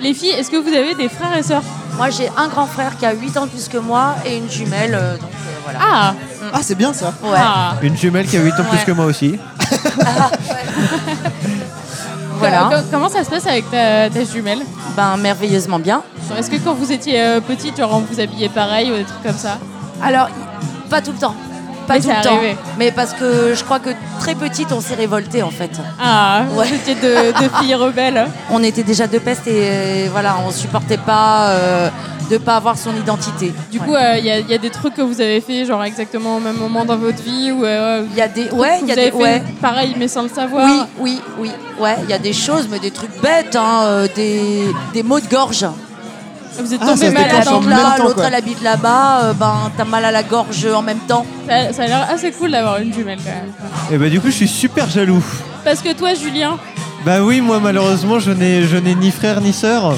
[SPEAKER 6] Les filles, est-ce que vous avez des frères et sœurs
[SPEAKER 4] Moi, j'ai un grand frère qui a 8 ans de plus que moi et une jumelle, euh, donc euh, voilà.
[SPEAKER 6] Ah,
[SPEAKER 1] Ah, c'est bien ça.
[SPEAKER 4] Ouais.
[SPEAKER 6] ah.
[SPEAKER 8] Une jumelle
[SPEAKER 1] Eh
[SPEAKER 8] qui a 8 ans plus
[SPEAKER 4] Ouais.
[SPEAKER 8] que moi aussi.
[SPEAKER 4] Voilà.
[SPEAKER 6] Co- co- Comment ça se passe avec ta, ta jumelle
[SPEAKER 4] Ben, merveilleusement bien.
[SPEAKER 6] Est-ce que quand vous étiez euh, petite, genre on vous habillait pareil ou des trucs comme ça
[SPEAKER 4] Alors, y- pas tout le temps. Pas
[SPEAKER 6] Mais
[SPEAKER 4] tout
[SPEAKER 6] c'est
[SPEAKER 4] le temps.
[SPEAKER 6] arrivé.
[SPEAKER 4] Mais parce que je crois que très petite, on s'est révolté en fait.
[SPEAKER 6] Ah,
[SPEAKER 4] Ouais.
[SPEAKER 6] vous étiez deux deux filles rebelles.
[SPEAKER 4] On était déjà de peste et euh, voilà, on supportait pas euh, de pas avoir son identité.
[SPEAKER 6] Du coup, il y, a- y a des trucs que vous avez fait, genre exactement au même moment dans votre vie, ou euh,
[SPEAKER 4] il y a des ouais, il
[SPEAKER 6] vous
[SPEAKER 4] y a des
[SPEAKER 6] avez fait
[SPEAKER 4] ouais.
[SPEAKER 6] pareil mais sans le savoir.
[SPEAKER 4] Oui, oui, oui, ouais, il y a des choses, mais des trucs bêtes, hein, euh, des, des maux de gorge.
[SPEAKER 6] Vous êtes
[SPEAKER 1] Ah,
[SPEAKER 6] tombé
[SPEAKER 1] ça,
[SPEAKER 4] Elle
[SPEAKER 1] c'était
[SPEAKER 6] malade
[SPEAKER 1] quand
[SPEAKER 6] en
[SPEAKER 4] habite
[SPEAKER 1] même
[SPEAKER 4] là,
[SPEAKER 1] temps,
[SPEAKER 6] plein.
[SPEAKER 1] quoi.
[SPEAKER 4] l'autre elle habite là-bas, euh, ben t'as mal à la gorge en même temps.
[SPEAKER 6] hein. Ça, ça a l'air assez cool d'avoir une jumelle quand même.
[SPEAKER 8] Et bah, du coup, je suis super jaloux.
[SPEAKER 6] Parce que toi, Julien,
[SPEAKER 8] Bah oui, moi malheureusement, je n'ai, je n'ai ni frère ni sœur.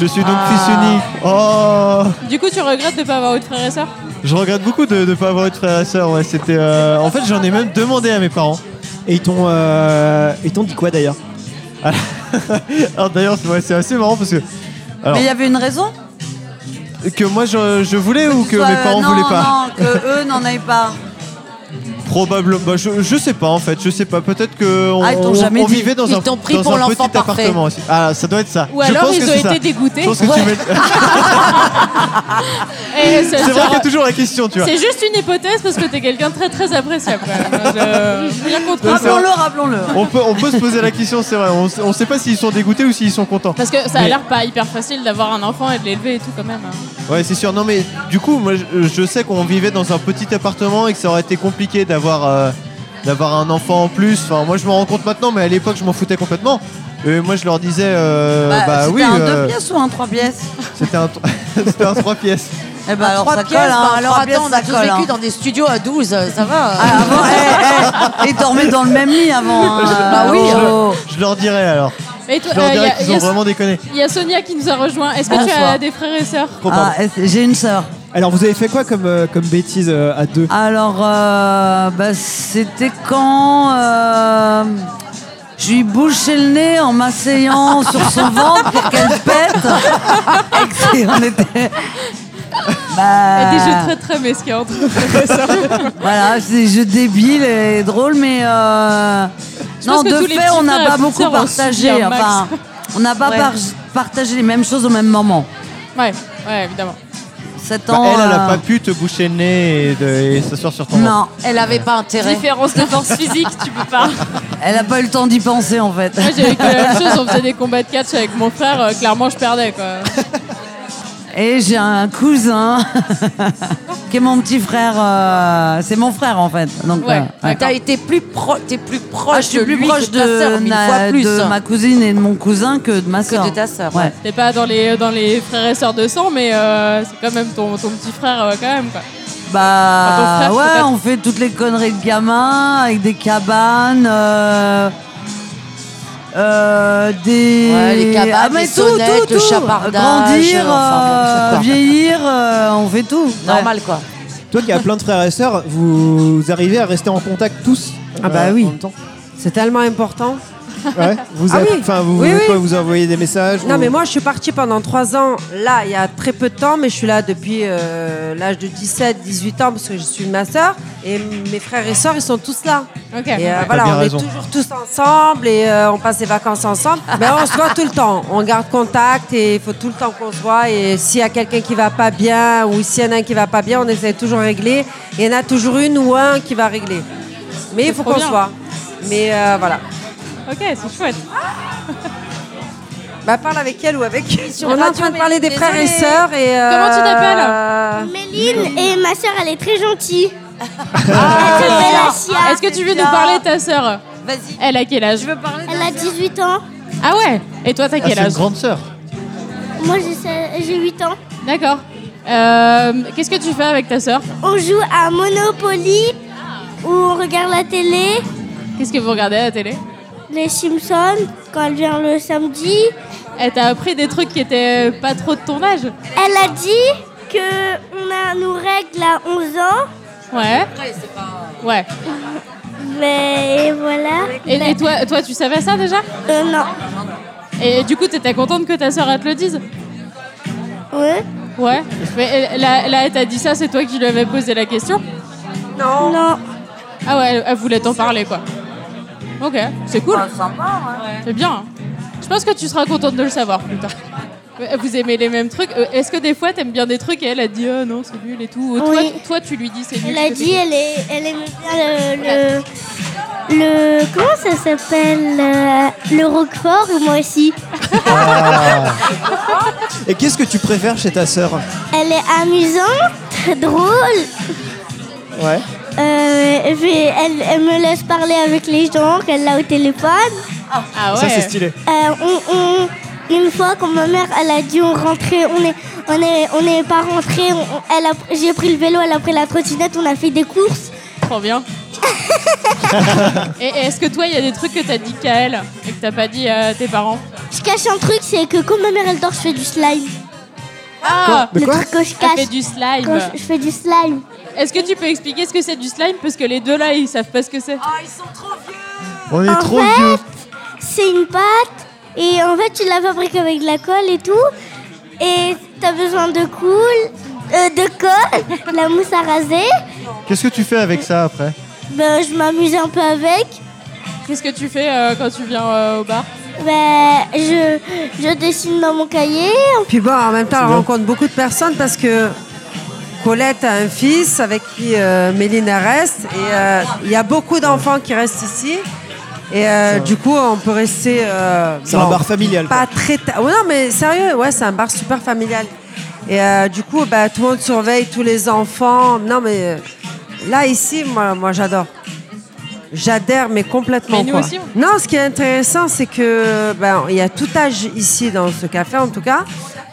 [SPEAKER 8] Je suis donc
[SPEAKER 4] Ah.
[SPEAKER 8] fils unique. Oh
[SPEAKER 6] du coup, tu regrettes de pas avoir eu de frère et sœur
[SPEAKER 8] Je regrette beaucoup de ne pas avoir eu de frère et sœur. Ouais, c'était, euh, En fait, j'en ai même demandé à mes parents.
[SPEAKER 1] Et ils t'ont euh, ils t'ont dit quoi d'ailleurs
[SPEAKER 8] *laughs* Alors d'ailleurs, c'est, ouais, c'est assez marrant parce que. Alors.
[SPEAKER 5] Mais il y avait une raison
[SPEAKER 8] Que moi je, je voulais ou que
[SPEAKER 5] Soit,
[SPEAKER 8] mes
[SPEAKER 5] euh,
[SPEAKER 8] parents
[SPEAKER 5] non,
[SPEAKER 8] voulaient pas
[SPEAKER 5] Non, que eux n'en aient pas.
[SPEAKER 8] Probablement. Bah, je, je sais pas en fait, je sais pas. Peut-être que on,
[SPEAKER 5] Ah, ils t'ont
[SPEAKER 8] on-
[SPEAKER 5] jamais
[SPEAKER 8] on
[SPEAKER 5] dit.
[SPEAKER 8] vivait dans
[SPEAKER 4] Ils
[SPEAKER 8] un,
[SPEAKER 4] t'ont pris
[SPEAKER 8] dans
[SPEAKER 4] pour
[SPEAKER 8] un
[SPEAKER 4] l'enfant
[SPEAKER 8] petit
[SPEAKER 4] parfait.
[SPEAKER 8] appartement aussi. Ah, ça doit être ça.
[SPEAKER 6] Ou
[SPEAKER 8] je
[SPEAKER 6] alors
[SPEAKER 8] pense
[SPEAKER 6] ils
[SPEAKER 8] que
[SPEAKER 6] ont
[SPEAKER 8] c'est
[SPEAKER 6] été
[SPEAKER 8] ça.
[SPEAKER 6] dégoûtés
[SPEAKER 8] Je pense que tu veux-
[SPEAKER 6] Et Eh,
[SPEAKER 8] *laughs*
[SPEAKER 6] ça-
[SPEAKER 8] C'est
[SPEAKER 6] ça-
[SPEAKER 8] vrai qu'il y a toujours la question, tu vois.
[SPEAKER 6] c'est juste une hypothèse parce que t'es quelqu'un de très très appréciable. quand même. Je- Rien contre toi.
[SPEAKER 5] Rappelons-le, rappelons-le.
[SPEAKER 8] On peut, on peut se poser la question, c'est vrai. On, s- on sait pas s'ils sont dégoûtés ou s'ils sont contents.
[SPEAKER 6] Parce que ça a
[SPEAKER 8] Mais-
[SPEAKER 6] l'air pas hyper facile d'avoir un enfant et de l'élever et tout quand même. hein.
[SPEAKER 8] Ouais, c'est sûr. Non, mais du coup, moi, je, je sais qu'on vivait dans un petit appartement et que ça aurait été compliqué d'avoir euh, d'avoir un enfant en plus. Enfin, moi, je m'en rends compte maintenant, mais à l'époque, je m'en foutais complètement. Et moi, je leur disais, euh, *laughs* bah,
[SPEAKER 5] c'était
[SPEAKER 8] oui,
[SPEAKER 5] un
[SPEAKER 8] euh,
[SPEAKER 5] deux pièces ou un trois pièces
[SPEAKER 8] c'était un, tr- *laughs* c'était un trois pièces.
[SPEAKER 5] Eh ben alors
[SPEAKER 4] Trois
[SPEAKER 5] ça colle,
[SPEAKER 4] pièces,
[SPEAKER 5] hein,
[SPEAKER 4] ben, alors
[SPEAKER 5] trois pièces,
[SPEAKER 4] attends, on a
[SPEAKER 5] ça
[SPEAKER 4] tous
[SPEAKER 5] colle,
[SPEAKER 4] vécu
[SPEAKER 5] hein.
[SPEAKER 4] dans des studios à 12, euh, ça va. euh.
[SPEAKER 5] Ah, avant, eh, eh, ils dormaient dans le même
[SPEAKER 4] *laughs*
[SPEAKER 5] lit avant. hein.
[SPEAKER 4] Bah oui,
[SPEAKER 5] Oh.
[SPEAKER 8] Je leur dirais alors.
[SPEAKER 6] Mais toi,
[SPEAKER 8] Je leur
[SPEAKER 6] euh, y
[SPEAKER 8] dirais
[SPEAKER 6] a-
[SPEAKER 8] qu'ils
[SPEAKER 6] y a-
[SPEAKER 8] ont vraiment déconné.
[SPEAKER 6] il y a Sonia qui nous a rejoint. Est-ce que tu as
[SPEAKER 5] Bonsoir.
[SPEAKER 6] des frères et sœurs
[SPEAKER 1] Trop
[SPEAKER 5] Ah,
[SPEAKER 1] pardon.
[SPEAKER 5] eh, c'est- J'ai une sœur.
[SPEAKER 1] Alors, vous avez fait quoi comme, euh, comme bêtise euh, à deux
[SPEAKER 5] Alors, euh, bah, c'était quand euh, je lui bouchais le nez en
[SPEAKER 4] *laughs*
[SPEAKER 5] m'asseyant sur son ventre pour qu'elle pète. Et que c'est- on était. Bah,
[SPEAKER 6] Des jeux très très
[SPEAKER 5] *laughs*
[SPEAKER 6] mesquins entre frères et sœurs.
[SPEAKER 5] Voilà, c'est des jeux débiles et drôles, mais euh,
[SPEAKER 6] Je
[SPEAKER 5] Non,
[SPEAKER 6] pense que
[SPEAKER 5] de
[SPEAKER 6] tous les
[SPEAKER 5] fait,
[SPEAKER 6] petits
[SPEAKER 5] on n'a
[SPEAKER 6] frères et
[SPEAKER 5] pas
[SPEAKER 6] petites
[SPEAKER 5] beaucoup
[SPEAKER 6] sœurs hein, en
[SPEAKER 5] partagé.
[SPEAKER 6] soutien, Max.
[SPEAKER 5] Enfin, on n'a pas
[SPEAKER 4] Ouais.
[SPEAKER 5] par- partagé les mêmes choses au même moment.
[SPEAKER 6] Ouais, ouais, évidemment.
[SPEAKER 5] 7
[SPEAKER 8] Bah,
[SPEAKER 5] ans.
[SPEAKER 8] elle, elle a
[SPEAKER 5] euh,
[SPEAKER 8] pas pu te boucher le nez et, de- et s'asseoir sur ton ventre.
[SPEAKER 5] Non,
[SPEAKER 4] Elle avait pas intérêt.
[SPEAKER 11] Différence de force physique, tu peux pas.
[SPEAKER 5] elle n'a pas eu le temps d'y penser en fait.
[SPEAKER 6] Moi, j'ai vécu la même chose, on faisait des combats de catch avec mon frère, euh, clairement, je perdais, quoi.
[SPEAKER 5] Et j'ai un cousin *laughs* qui est mon petit frère. euh, c'est mon frère en fait. Donc,
[SPEAKER 6] Ouais,
[SPEAKER 5] euh, ouais.
[SPEAKER 4] T'as été plus proche, t'es plus proche,
[SPEAKER 5] Ah, je suis plus
[SPEAKER 4] lui
[SPEAKER 5] proche
[SPEAKER 4] que ta sœur,
[SPEAKER 5] de,
[SPEAKER 4] mille
[SPEAKER 5] na-
[SPEAKER 4] fois plus.
[SPEAKER 5] de ma cousine et de mon cousin que de ma
[SPEAKER 4] Que
[SPEAKER 5] sœur.
[SPEAKER 4] de ta sœur.
[SPEAKER 5] Ouais.
[SPEAKER 6] T'es pas dans les, dans les frères et sœurs de sang, mais euh, c'est quand même ton, ton petit frère, euh, quand même, quoi. Enfin,
[SPEAKER 5] Bah
[SPEAKER 6] ton frère,
[SPEAKER 5] ouais,
[SPEAKER 6] peut-être.
[SPEAKER 5] on fait toutes les conneries de gamin avec des cabanes. euh, euh, des
[SPEAKER 4] Ouais, les cabanes,
[SPEAKER 5] ah,
[SPEAKER 4] les sonnettes, le chapardage,
[SPEAKER 5] grandir,
[SPEAKER 4] euh, enfin,
[SPEAKER 5] euh,
[SPEAKER 4] bon,
[SPEAKER 5] vieillir, euh, on fait tout.
[SPEAKER 4] Normal quoi.
[SPEAKER 1] Toi qui as plein de frères et sœurs, vous arrivez à rester en contact tous
[SPEAKER 12] Ah bah oui.
[SPEAKER 1] en même temps
[SPEAKER 12] C'est tellement important.
[SPEAKER 1] Ouais. Vous,
[SPEAKER 12] Ah
[SPEAKER 1] avez-
[SPEAKER 12] oui.
[SPEAKER 1] enfin, vous,
[SPEAKER 12] Oui,
[SPEAKER 1] vous-
[SPEAKER 12] oui.
[SPEAKER 1] quoi, vous envoyez des messages
[SPEAKER 12] Non,
[SPEAKER 1] vous-
[SPEAKER 12] mais moi, je suis partie pendant trois ans, là, il y a très peu de temps, mais je suis là depuis euh, l'âge de 17, 18 ans, parce que je suis ma sœur, et mes frères et sœurs, ils sont tous là.
[SPEAKER 6] Ok.
[SPEAKER 12] Et euh,
[SPEAKER 8] T'as
[SPEAKER 12] voilà,
[SPEAKER 8] bien
[SPEAKER 12] on
[SPEAKER 8] raison.
[SPEAKER 12] est toujours tous ensemble, et euh, on passe les vacances
[SPEAKER 6] *laughs*
[SPEAKER 12] ensemble. Mais on se voit tout le temps, on garde contact, et il faut tout le temps qu'on se voit, et s'il y a quelqu'un qui va pas bien, ou s'il y en a un qui va pas bien, on essaie toujours de régler, et il y en a toujours une ou un qui va régler. Mais il faut
[SPEAKER 6] trop
[SPEAKER 12] qu'on
[SPEAKER 6] bien.
[SPEAKER 12] se voit. Mais euh, voilà.
[SPEAKER 6] Ok, c'est chouette.
[SPEAKER 12] Bah, parle avec elle ou avec. On est en
[SPEAKER 4] Radio
[SPEAKER 12] train de
[SPEAKER 4] Mé-
[SPEAKER 12] parler des frères et
[SPEAKER 4] Désolée.
[SPEAKER 12] sœurs et. euh,
[SPEAKER 6] Comment tu t'appelles
[SPEAKER 10] Méline et ma sœur, elle est très gentille. elle s'appelle
[SPEAKER 4] Ah,
[SPEAKER 10] Asia.
[SPEAKER 6] Est-ce que tu veux nous parler de ta sœur
[SPEAKER 4] Vas-y.
[SPEAKER 6] Elle a quel âge
[SPEAKER 10] Elle a 18 ans.
[SPEAKER 6] Ah ouais Et toi, t'as
[SPEAKER 8] Ah,
[SPEAKER 6] quel
[SPEAKER 8] c'est une
[SPEAKER 6] âge
[SPEAKER 8] grande sœur.
[SPEAKER 10] Moi, j'ai se- j'ai 8 ans.
[SPEAKER 6] D'accord. Euh, Qu'est-ce que tu fais avec ta sœur
[SPEAKER 10] On joue à Monopoly, où on regarde la télé,
[SPEAKER 6] Qu'est-ce que vous regardez à la télé
[SPEAKER 10] les Simpsons, quand elle vient le samedi.
[SPEAKER 6] Elle t'a appris des trucs qui étaient pas trop de ton âge
[SPEAKER 10] Elle a dit que on a nos règles à 11 ans,
[SPEAKER 6] Ouais. Ouais.
[SPEAKER 10] mais voilà.
[SPEAKER 6] Et, et toi, toi, tu savais ça déjà
[SPEAKER 10] Euh, non.
[SPEAKER 6] Et du coup, t'étais contente que ta sœur elle te le dise
[SPEAKER 10] Ouais.
[SPEAKER 6] Ouais. Mais euh, là, là, elle t'a dit ça, c'est toi qui lui avais posé la question
[SPEAKER 12] Non.
[SPEAKER 10] Non.
[SPEAKER 6] Ah ouais, elle, elle voulait t'en parler, quoi. Ok, c'est cool. C'est bien. hein. Je pense que tu seras contente de le savoir plus tard. Euh, Vous aimez les mêmes trucs. Euh, Est-ce que des fois t'aimes bien des trucs et elle a dit oh, non c'est nul et tout. Euh,
[SPEAKER 10] Oui.
[SPEAKER 6] Toi, toi tu lui dis c'est nul.
[SPEAKER 10] Elle a
[SPEAKER 6] ce que
[SPEAKER 10] dit, elle est, elle aime bien le, le, le- comment ça s'appelle euh, le Roquefort ou moi aussi.
[SPEAKER 1] Et qu'est-ce que tu préfères chez ta sœur
[SPEAKER 10] Elle est amusante, très drôle.
[SPEAKER 1] Ouais.
[SPEAKER 10] Euh, et puis elle, elle me laisse parler avec les gens qu'elle a au téléphone.
[SPEAKER 6] t'es- Ah ouais.
[SPEAKER 1] Ça, c'est stylé.
[SPEAKER 10] Euh, on- on- une fois quand ma mère elle a dû on rentrer, on est on est on n'est pas rentré. on- on- elle a- j'ai pris le vélo, elle a pris la trottinette, on a fait des courses. *laughs*
[SPEAKER 6] Trop bien. et et est-ce que toi, il y a des trucs que t'as dit qu'à elle et que t'as pas dit à tes parents
[SPEAKER 10] Je cache un truc, c'est que quand ma mère elle dort, je fais du slime.
[SPEAKER 6] Ah
[SPEAKER 1] De
[SPEAKER 10] le
[SPEAKER 1] quoi
[SPEAKER 10] truc que je
[SPEAKER 6] Elle fait
[SPEAKER 10] cache.
[SPEAKER 6] du slime.
[SPEAKER 10] Quand je, je fais du slime.
[SPEAKER 6] Est-ce que tu peux expliquer ce que c'est du slime Parce que les deux là, ils savent pas ce que c'est.
[SPEAKER 8] On est
[SPEAKER 4] Ah,
[SPEAKER 10] En
[SPEAKER 8] trop
[SPEAKER 10] fait,
[SPEAKER 8] vieux.
[SPEAKER 10] C'est une pâte et en fait tu la fabriques avec de la colle et tout. Et t'as besoin de coule, euh, de colle, *laughs* de la mousse à raser.
[SPEAKER 8] Qu'est-ce que tu fais avec ça après
[SPEAKER 10] Ben, je m'amuse un peu avec.
[SPEAKER 6] Qu'est-ce que tu fais euh, quand tu viens euh, au bar
[SPEAKER 10] Ben, je, je dessine dans mon cahier.
[SPEAKER 12] Puis bon, en même temps, elle rencontre beaucoup de personnes parce que Colette a un fils avec qui euh, Méline elle reste. Et euh, il y a beaucoup d'enfants qui restent ici. Et euh, du coup, on peut rester. euh,
[SPEAKER 1] C'est un bar familial,
[SPEAKER 12] Pas très tard. Ouais, non, mais sérieux, ouais, c'est un bar super familial. Et euh, du coup, bah, tout le monde surveille tous les enfants. Non, mais euh, là, ici, moi, moi j'adore. J'adhère, mais complètement.
[SPEAKER 6] Mais nous
[SPEAKER 12] quoi.
[SPEAKER 6] aussi, on-
[SPEAKER 12] Non, ce qui est intéressant, c'est que ben, il y a tout âge ici dans ce café, en tout cas.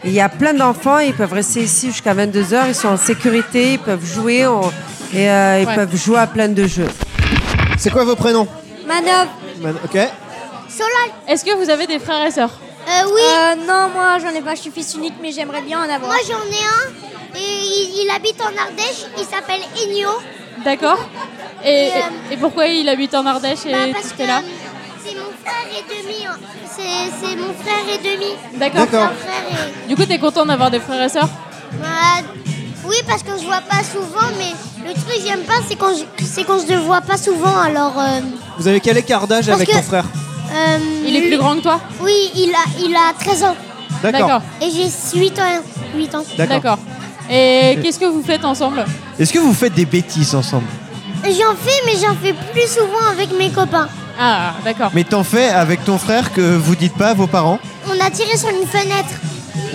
[SPEAKER 12] Il y a plein d'enfants, ils peuvent rester ici jusqu'à 22 h Ils sont en sécurité, ils peuvent jouer, on- et euh, ils
[SPEAKER 6] Ouais.
[SPEAKER 12] peuvent jouer à plein de jeux.
[SPEAKER 1] C'est quoi vos prénoms
[SPEAKER 10] Manœuvre.
[SPEAKER 1] Man- Ok.
[SPEAKER 10] Solal.
[SPEAKER 6] Est-ce que vous avez des frères et sœurs
[SPEAKER 10] Euh, oui.
[SPEAKER 2] non, moi j'en ai pas, je suis fils unique, mais j'aimerais bien en avoir.
[SPEAKER 10] Moi, j'en ai un. Et il, il habite en Ardèche. Il s'appelle Igno.
[SPEAKER 6] D'accord. Et,
[SPEAKER 10] Et, euh,
[SPEAKER 6] et- et pourquoi il habite en Ardèche et
[SPEAKER 10] Bah,
[SPEAKER 6] tu t'es là
[SPEAKER 10] euh, c'est mon frère et demi. hein. C'est c'est mon frère et demi.
[SPEAKER 6] D'accord.
[SPEAKER 10] Mon frère et...
[SPEAKER 6] Du coup, t'es content d'avoir des frères et sœurs
[SPEAKER 10] Bah, oui, parce qu'on se voit pas souvent. Mais le truc que j'aime pas, c'est qu'on se- c'est qu'on se voit pas souvent. Alors, euh,
[SPEAKER 1] Vous avez quel écart d'âge
[SPEAKER 2] Parce
[SPEAKER 1] avec
[SPEAKER 2] que- euh,
[SPEAKER 1] ton frère
[SPEAKER 6] Il est plus grand que toi
[SPEAKER 2] Oui, il a, il a 13 ans.
[SPEAKER 1] D'accord. D'accord.
[SPEAKER 2] Et j'ai 8 ans. 8 ans.
[SPEAKER 1] D'accord.
[SPEAKER 6] D'accord. Et qu'est-ce que vous faites ensemble
[SPEAKER 8] Est-ce que vous faites des bêtises ensemble
[SPEAKER 2] J'en fais, mais j'en fais plus souvent avec mes copains.
[SPEAKER 6] Ah, d'accord.
[SPEAKER 8] Mais t'en fais avec ton frère que vous dites pas à vos parents
[SPEAKER 2] On a tiré sur une fenêtre.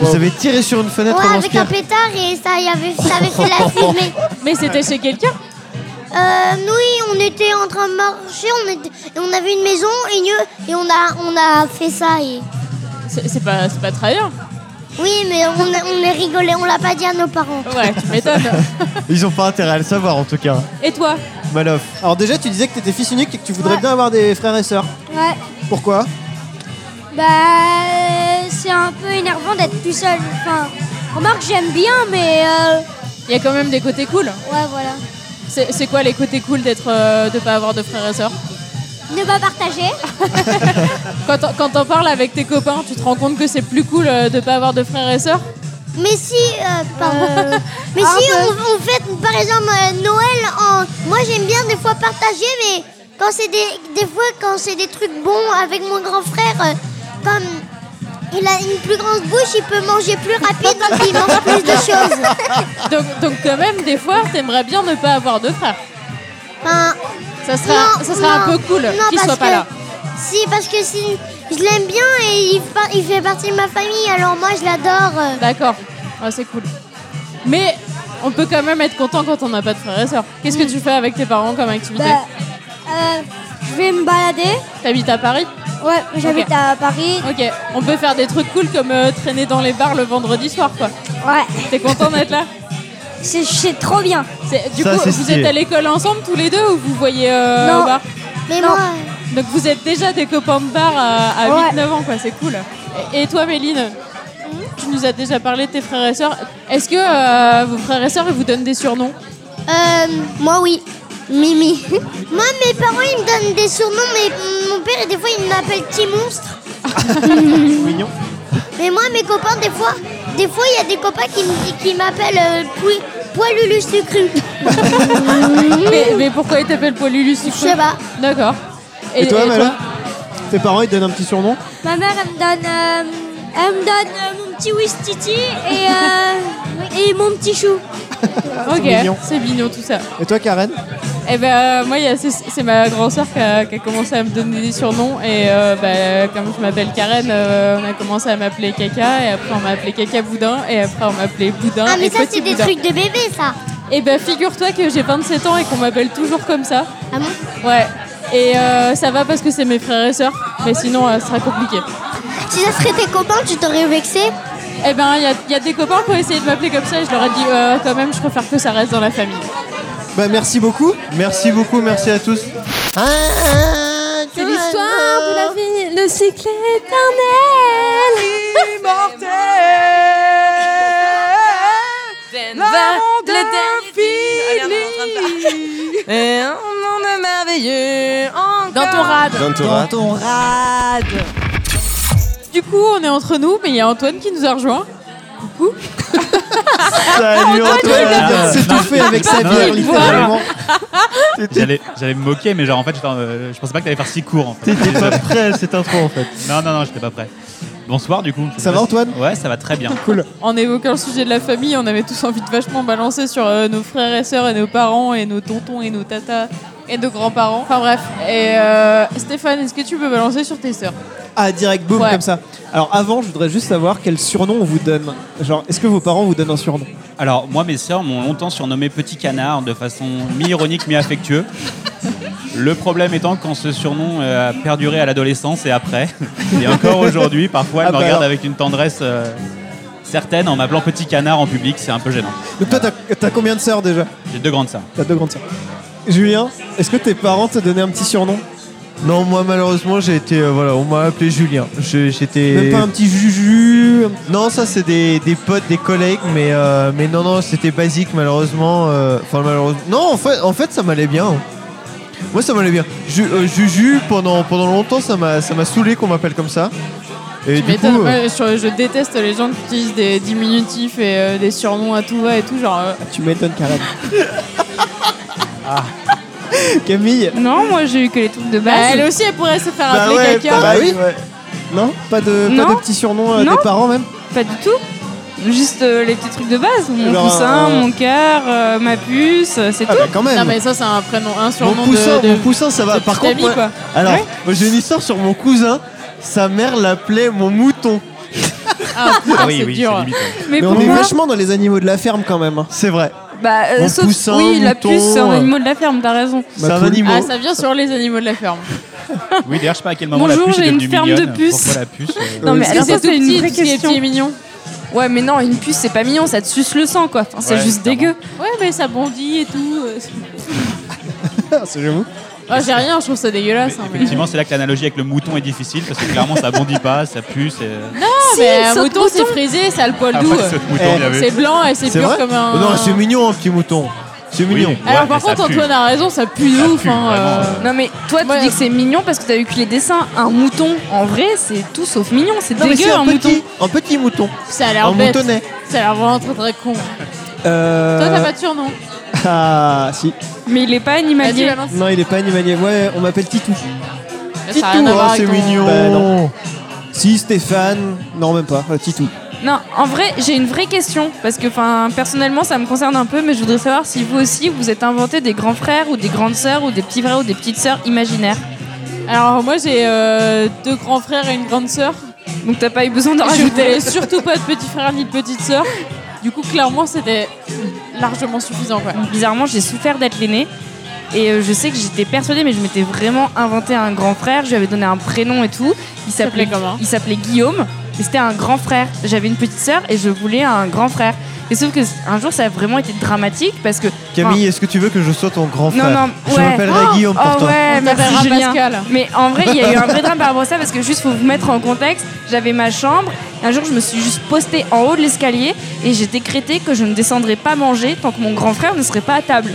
[SPEAKER 8] Vous avez tiré sur une fenêtre
[SPEAKER 2] Ouais,
[SPEAKER 8] avant
[SPEAKER 2] avec un pétard et ça, y avait, ça avait fait
[SPEAKER 1] *laughs*
[SPEAKER 2] la fumée.
[SPEAKER 6] Mais c'était chez quelqu'un
[SPEAKER 2] Euh, nous, oui, on était en train de marcher, on, était- et on avait une maison et, une- et on, a, on a fait ça. Et...
[SPEAKER 6] C'est c'est pas, c'est pas trahir
[SPEAKER 2] Oui, mais on, a- on est rigolé, on l'a pas dit à nos parents.
[SPEAKER 6] Ouais, tu m'étonnes.
[SPEAKER 8] Ils ont pas intérêt à le savoir en tout cas.
[SPEAKER 6] Et toi
[SPEAKER 8] Malof.
[SPEAKER 1] Alors déjà, tu disais que t'étais fils unique et que tu voudrais
[SPEAKER 13] Ouais.
[SPEAKER 1] bien avoir des frères et sœurs.
[SPEAKER 13] Ouais.
[SPEAKER 1] Pourquoi
[SPEAKER 13] Bah, euh, c'est un peu énervant d'être tout seul. Enfin, remarque, j'aime bien, mais. euh,
[SPEAKER 6] Il y a quand même des côtés cool.
[SPEAKER 13] Ouais, voilà.
[SPEAKER 6] C'est c'est quoi les côtés cool d'être euh, de pas avoir de frères et sœurs
[SPEAKER 13] Ne pas partager.
[SPEAKER 6] Quand t'en- Quand t'en parles avec tes copains, tu te rends compte que c'est plus cool euh, de pas avoir de frères et sœurs
[SPEAKER 2] Mais si, euh, par- euh, mais si on, on fête par exemple euh, Noël en. Moi j'aime bien des fois partager, mais quand c'est des, des fois quand c'est des trucs bons avec mon grand frère, euh, comme il a une plus grande bouche, il peut manger plus rapide, donc il mange plus de choses.
[SPEAKER 6] donc, donc quand même, des fois, t'aimerais bien ne pas avoir de frères.
[SPEAKER 2] Enfin,
[SPEAKER 6] Ça sera,
[SPEAKER 2] non,
[SPEAKER 6] ça sera un
[SPEAKER 2] non,
[SPEAKER 6] peu cool
[SPEAKER 2] non,
[SPEAKER 6] qu'il
[SPEAKER 2] parce
[SPEAKER 6] soit pas
[SPEAKER 2] que-
[SPEAKER 6] là.
[SPEAKER 2] Si, parce que si, je l'aime bien et il, fa- il fait partie de ma famille, alors moi je l'adore. euh.
[SPEAKER 6] D'accord, Ah, c'est cool. Mais on peut quand même être content quand on n'a pas de frères et sœurs. Qu'est-ce que tu fais avec tes parents comme activité
[SPEAKER 13] Bah, euh, je vais me balader.
[SPEAKER 6] T'habites à Paris
[SPEAKER 13] Ouais, j'habite
[SPEAKER 6] Ok.
[SPEAKER 13] à Paris.
[SPEAKER 6] Ok, on peut faire des trucs cool comme euh, traîner dans les bars le vendredi soir, quoi.
[SPEAKER 13] Ouais,
[SPEAKER 6] T'es content d'être là
[SPEAKER 13] c'est- c'est trop bien.
[SPEAKER 6] C'est- Du
[SPEAKER 8] Ça,
[SPEAKER 6] coup,
[SPEAKER 8] c'est
[SPEAKER 6] vous
[SPEAKER 8] stylé.
[SPEAKER 6] êtes à l'école ensemble tous les deux ou vous voyez euh,
[SPEAKER 13] Non.
[SPEAKER 6] au bar
[SPEAKER 2] Mais
[SPEAKER 13] Non.
[SPEAKER 2] moi,
[SPEAKER 6] Donc vous êtes déjà des copains de bar à,
[SPEAKER 13] Ouais.
[SPEAKER 6] 8-9 ans, quoi, c'est cool. Et, et toi, Méline tu nous as déjà parlé de tes frères et sœurs. Est-ce que euh, vos frères et sœurs ils vous donnent des surnoms
[SPEAKER 2] euh, moi oui, Mimi. *laughs* moi mes parents ils me donnent des surnoms, mais mon père des fois il m'appelle petit monstre.
[SPEAKER 8] Mignon.
[SPEAKER 2] Mais moi mes copains des fois, des fois il y a des copains qui, me- qui m'appellent euh, Poui- Poilulu sucru.
[SPEAKER 6] mais, mais pourquoi ils t'appellent Paululus
[SPEAKER 2] Je sais pas.
[SPEAKER 6] D'accord.
[SPEAKER 1] Et toi, Mala Tes parents, ils te donnent un petit surnom
[SPEAKER 13] Ma mère, elle me donne, euh, elle me donne euh, mon petit Wistiti et, euh, et mon petit chou.
[SPEAKER 6] Ok,
[SPEAKER 1] mignon.
[SPEAKER 6] c'est mignon tout ça.
[SPEAKER 1] Et toi, Karen
[SPEAKER 6] Eh ben, euh, moi, il y a- c'est c'est ma grand-sœur qui a, qui a commencé à me donner des surnoms. Et euh, bah, comme je m'appelle Karen, euh, on a commencé à m'appeler Caca. Et après, on m'a appelé Caca Boudin. Et après, on m'a appelé Boudin.
[SPEAKER 2] Ah mais
[SPEAKER 6] et
[SPEAKER 2] ça
[SPEAKER 6] Petit
[SPEAKER 2] c'est des
[SPEAKER 6] Boudin.
[SPEAKER 2] trucs de bébé ça.
[SPEAKER 6] Eh ben, figure-toi que j'ai 27 ans et qu'on m'appelle toujours comme ça.
[SPEAKER 2] Ah bon
[SPEAKER 6] Ouais. Et euh, ça va parce que c'est mes frères et sœurs. Mais sinon, euh, ce sera compliqué.
[SPEAKER 2] Si ça serait tes copains, tu t'aurais vexé.
[SPEAKER 6] Eh ben, il y a, il y a des copains qui ont essayé de m'appeler comme ça. Et je leur ai dit, euh, quand même, je préfère que ça reste dans la famille.
[SPEAKER 1] Bah, merci beaucoup.
[SPEAKER 8] Merci beaucoup, merci à tous.
[SPEAKER 7] C'est l'histoire de la vie, le cycle éternel. Immortel.
[SPEAKER 4] Le dernier
[SPEAKER 7] *laughs*
[SPEAKER 6] Ah,
[SPEAKER 7] Et un monde merveilleux encore.
[SPEAKER 4] Dans ton rad.
[SPEAKER 5] Dans ton rad.
[SPEAKER 6] Du coup, on est entre nous, mais il y a Antoine qui nous a rejoint. Coucou.
[SPEAKER 8] Salut Antoine
[SPEAKER 1] C'est tout fait avec
[SPEAKER 12] Ah
[SPEAKER 1] sa bière, littéralement.
[SPEAKER 14] J'allais j'allais me moquer, mais genre en fait, j'étais en- euh, je pensais pas que t'allais faire si court en fait.
[SPEAKER 8] T'étais pas prêt à cette intro en fait.
[SPEAKER 14] Non, non, non, j'étais pas prêt. Bonsoir du coup. Je sais
[SPEAKER 1] Ça va,
[SPEAKER 14] pas si-
[SPEAKER 1] Antoine
[SPEAKER 14] Ouais, ça va très bien.
[SPEAKER 6] En évoquant le sujet de la famille, on avait tous envie de vachement balancer sur euh, nos frères et sœurs et nos parents et nos tontons et nos tatas et nos grands-parents. Enfin bref. Et euh, Stéphane, est-ce que tu peux balancer sur tes sœurs
[SPEAKER 1] Ah, direct, boum,
[SPEAKER 6] Ouais.
[SPEAKER 1] comme ça. Alors, avant, je voudrais juste savoir quel surnom on vous donne. Genre, est-ce que vos parents vous donnent un surnom
[SPEAKER 14] Alors, moi, mes sœurs m'ont longtemps surnommé Petit Canard de façon mi-ironique, mi-affectueux. Le problème étant quand ce surnom euh, a perduré à l'adolescence et après, et encore aujourd'hui, parfois,
[SPEAKER 1] Ah
[SPEAKER 14] elle me
[SPEAKER 1] bah
[SPEAKER 14] regarde
[SPEAKER 1] alors.
[SPEAKER 14] avec une tendresse euh, certaine en m'appelant Petit Canard en public, c'est un peu gênant.
[SPEAKER 1] Donc, toi, t'as- t'as combien de sœurs déjà
[SPEAKER 14] J'ai deux grandes sœurs.
[SPEAKER 1] T'as deux grandes sœurs. Julien, est-ce que tes parents te donnaient un petit surnom
[SPEAKER 8] Non, moi malheureusement, j'ai été. euh, voilà, on m'a appelé Julien. Je-
[SPEAKER 1] Même
[SPEAKER 8] J'étais.
[SPEAKER 1] pas un petit juju un petit-
[SPEAKER 8] Non, ça c'est des, des potes, des collègues, mais, euh, mais non, non, c'était basique malheureusement. euh, Enfin, malheureusement. Non, en fait, en fait ça m'allait bien. Moi, ça m'allait bien. Ju- euh, Juju, pendant, pendant longtemps, ça m'a ça m'a saoulé qu'on m'appelle comme ça. Et
[SPEAKER 6] Tu
[SPEAKER 8] du
[SPEAKER 6] m'étonnes,
[SPEAKER 8] coup. euh,
[SPEAKER 6] moi, je, je déteste les gens qui utilisent des diminutifs et euh, des surnoms à tout va et tout. Genre, euh,
[SPEAKER 1] Tu m'étonnes, Karen. Ah. Camille
[SPEAKER 7] Non, moi j'ai eu que les trucs de base.
[SPEAKER 6] Bah, elle aussi, elle pourrait se faire
[SPEAKER 1] Bah
[SPEAKER 6] appeler
[SPEAKER 1] ouais,
[SPEAKER 8] Ah
[SPEAKER 6] caca.
[SPEAKER 1] bah oui, ouais. Non Pas de,
[SPEAKER 7] Non.
[SPEAKER 1] pas de petit surnom euh,
[SPEAKER 7] Non.
[SPEAKER 1] des parents même
[SPEAKER 7] Pas du tout. Juste euh, les petits trucs de base. Mon
[SPEAKER 1] Genre,
[SPEAKER 7] coussin,
[SPEAKER 1] euh,
[SPEAKER 7] mon cœur, euh, ma puce, euh, c'est tout.
[SPEAKER 1] bah, quand même.
[SPEAKER 6] Non, mais ça, c'est un prénom, un surnom.
[SPEAKER 7] Mon
[SPEAKER 6] de-
[SPEAKER 8] Poussin,
[SPEAKER 6] de-
[SPEAKER 8] mon poussin, ça va.
[SPEAKER 6] de
[SPEAKER 8] Par
[SPEAKER 6] petite
[SPEAKER 8] contre,
[SPEAKER 6] amie,
[SPEAKER 8] moi-
[SPEAKER 6] quoi.
[SPEAKER 8] alors,
[SPEAKER 6] Ouais.
[SPEAKER 8] moi, j'ai une histoire sur mon cousin. Sa mère l'appelait mon mouton.
[SPEAKER 6] Ah, putain, c'est dur.
[SPEAKER 14] hein.
[SPEAKER 7] Mais
[SPEAKER 1] on est
[SPEAKER 7] pourquoi
[SPEAKER 1] vachement dans les animaux de la ferme quand même.
[SPEAKER 8] C'est vrai.
[SPEAKER 7] Bah, euh,
[SPEAKER 1] Mon
[SPEAKER 7] sauf-
[SPEAKER 1] poussin,
[SPEAKER 7] oui, la
[SPEAKER 1] mouton,
[SPEAKER 7] puce, c'est un
[SPEAKER 1] euh,
[SPEAKER 7] animal de la ferme, t'as raison.
[SPEAKER 1] C'est un animal.
[SPEAKER 6] Ah, ça vient sur les animaux de la ferme.
[SPEAKER 14] *laughs* Oui, d'ailleurs, je sais pas à quel moment
[SPEAKER 7] Bonjour,
[SPEAKER 14] la puce est
[SPEAKER 7] j'ai une
[SPEAKER 14] devenue
[SPEAKER 7] ferme de
[SPEAKER 14] mignonne.
[SPEAKER 7] puces.
[SPEAKER 14] Pourquoi la puce euh,
[SPEAKER 7] Non, mais
[SPEAKER 6] Parce que
[SPEAKER 7] alors ça,
[SPEAKER 6] c'est
[SPEAKER 7] c'est
[SPEAKER 6] tout
[SPEAKER 7] une
[SPEAKER 6] petit,
[SPEAKER 7] vraie
[SPEAKER 6] tout ce qui est
[SPEAKER 7] question.
[SPEAKER 6] petit et mignon.
[SPEAKER 7] Ouais, mais non, une puce, c'est pas mignon, ça te suce le sang, quoi. Enfin, c'est
[SPEAKER 14] Ouais,
[SPEAKER 7] juste dégueu.
[SPEAKER 6] Ouais, mais ça bondit et tout. euh, c'est-
[SPEAKER 7] *laughs*
[SPEAKER 1] c'est j'avoue.
[SPEAKER 6] Ah, j'ai rien, je trouve ça dégueulasse. hein, mais-
[SPEAKER 14] Effectivement, c'est là que l'analogie avec le mouton est difficile parce que clairement, ça bondit pas, ça pue. c'est-
[SPEAKER 6] Non,
[SPEAKER 7] Si,
[SPEAKER 6] mais un
[SPEAKER 7] saute
[SPEAKER 6] mouton, c'est frisé, ça a le poil
[SPEAKER 14] Ah,
[SPEAKER 6] doux. Eh,
[SPEAKER 14] pas saute mouton, bien vu.
[SPEAKER 6] c'est blanc et c'est
[SPEAKER 8] C'est
[SPEAKER 6] pur
[SPEAKER 8] vrai
[SPEAKER 6] comme un.
[SPEAKER 8] Oh non, c'est mignon, un petit mouton. C'est
[SPEAKER 14] Oui,
[SPEAKER 8] mignon.
[SPEAKER 14] ouais,
[SPEAKER 6] Alors,
[SPEAKER 14] mais
[SPEAKER 6] par
[SPEAKER 14] ça
[SPEAKER 6] contre,
[SPEAKER 14] pue.
[SPEAKER 6] Antoine a raison, ça pue de
[SPEAKER 14] Ça
[SPEAKER 6] ouf.
[SPEAKER 14] pue,
[SPEAKER 6] hein,
[SPEAKER 14] vraiment,
[SPEAKER 6] euh.
[SPEAKER 14] euh.
[SPEAKER 7] Non, mais toi, tu
[SPEAKER 6] Ouais.
[SPEAKER 7] dis que c'est mignon parce que t'as vu que les dessins. Un mouton, en vrai, c'est tout sauf mignon, c'est
[SPEAKER 8] Non, mais c'est
[SPEAKER 7] dégueu, un mouton.
[SPEAKER 8] petit, un petit mouton.
[SPEAKER 6] Ça a
[SPEAKER 8] Un
[SPEAKER 6] l'air bête.
[SPEAKER 8] moutonnet.
[SPEAKER 6] Ça a l'air vraiment très très con.
[SPEAKER 1] Euh...
[SPEAKER 6] Toi, t'as pas de surnom
[SPEAKER 1] Ah si.
[SPEAKER 7] Mais il est pas
[SPEAKER 6] Vas-y,
[SPEAKER 7] animalier.
[SPEAKER 6] Valence.
[SPEAKER 1] Non, il est pas animalier. Ouais, on m'appelle Titou.
[SPEAKER 6] Ça a rien à voir
[SPEAKER 8] c'est
[SPEAKER 6] avec ton-
[SPEAKER 8] mignon.
[SPEAKER 1] Bah, non. Si, Stéphane. Non, même pas. Euh, Titou.
[SPEAKER 7] Non, en vrai, j'ai une vraie question parce que, enfin, personnellement, ça me concerne un peu, mais je voudrais savoir si vous aussi vous êtes inventé des grands frères ou des grandes sœurs ou des petits frères ou des petites sœurs imaginaires.
[SPEAKER 6] Alors, moi, j'ai euh, deux grands frères et une grande sœur.
[SPEAKER 7] Donc t'as pas eu besoin d'en
[SPEAKER 6] Je
[SPEAKER 7] rajouter. *laughs*
[SPEAKER 6] voulais surtout pas de petit frère ni de petite sœur. Du coup, clairement, c'était largement suffisant. Quoi.
[SPEAKER 7] Bizarrement, j'ai souffert d'être l'aînée. Et euh, je sais que j'étais persuadée, mais je m'étais vraiment inventé un grand frère. Je lui avais donné un prénom et tout. Il
[SPEAKER 6] s'appelait
[SPEAKER 7] s'appelait
[SPEAKER 6] comment
[SPEAKER 7] Il s'appelait Guillaume. Et c'était un grand frère. J'avais une petite sœur et je voulais un grand frère. Et sauf que un jour, ça a vraiment été dramatique parce que.
[SPEAKER 8] Camille, est-ce que tu veux que je sois ton grand
[SPEAKER 7] Non,
[SPEAKER 8] frère
[SPEAKER 7] non,
[SPEAKER 8] Je
[SPEAKER 7] ouais.
[SPEAKER 8] m'appellerai Guillaume pour
[SPEAKER 7] Oh
[SPEAKER 8] toi.
[SPEAKER 7] ouais,
[SPEAKER 6] On t'appellera
[SPEAKER 7] merci Julien.
[SPEAKER 6] Pascal.
[SPEAKER 7] Mais en vrai, il y a eu un vrai drame par rapport à ça parce que juste faut vous mettre en contexte. J'avais ma chambre. Un jour, je me suis juste postée en haut de l'escalier et j'ai décrété que je ne descendrais pas manger tant que mon grand frère ne serait pas à table.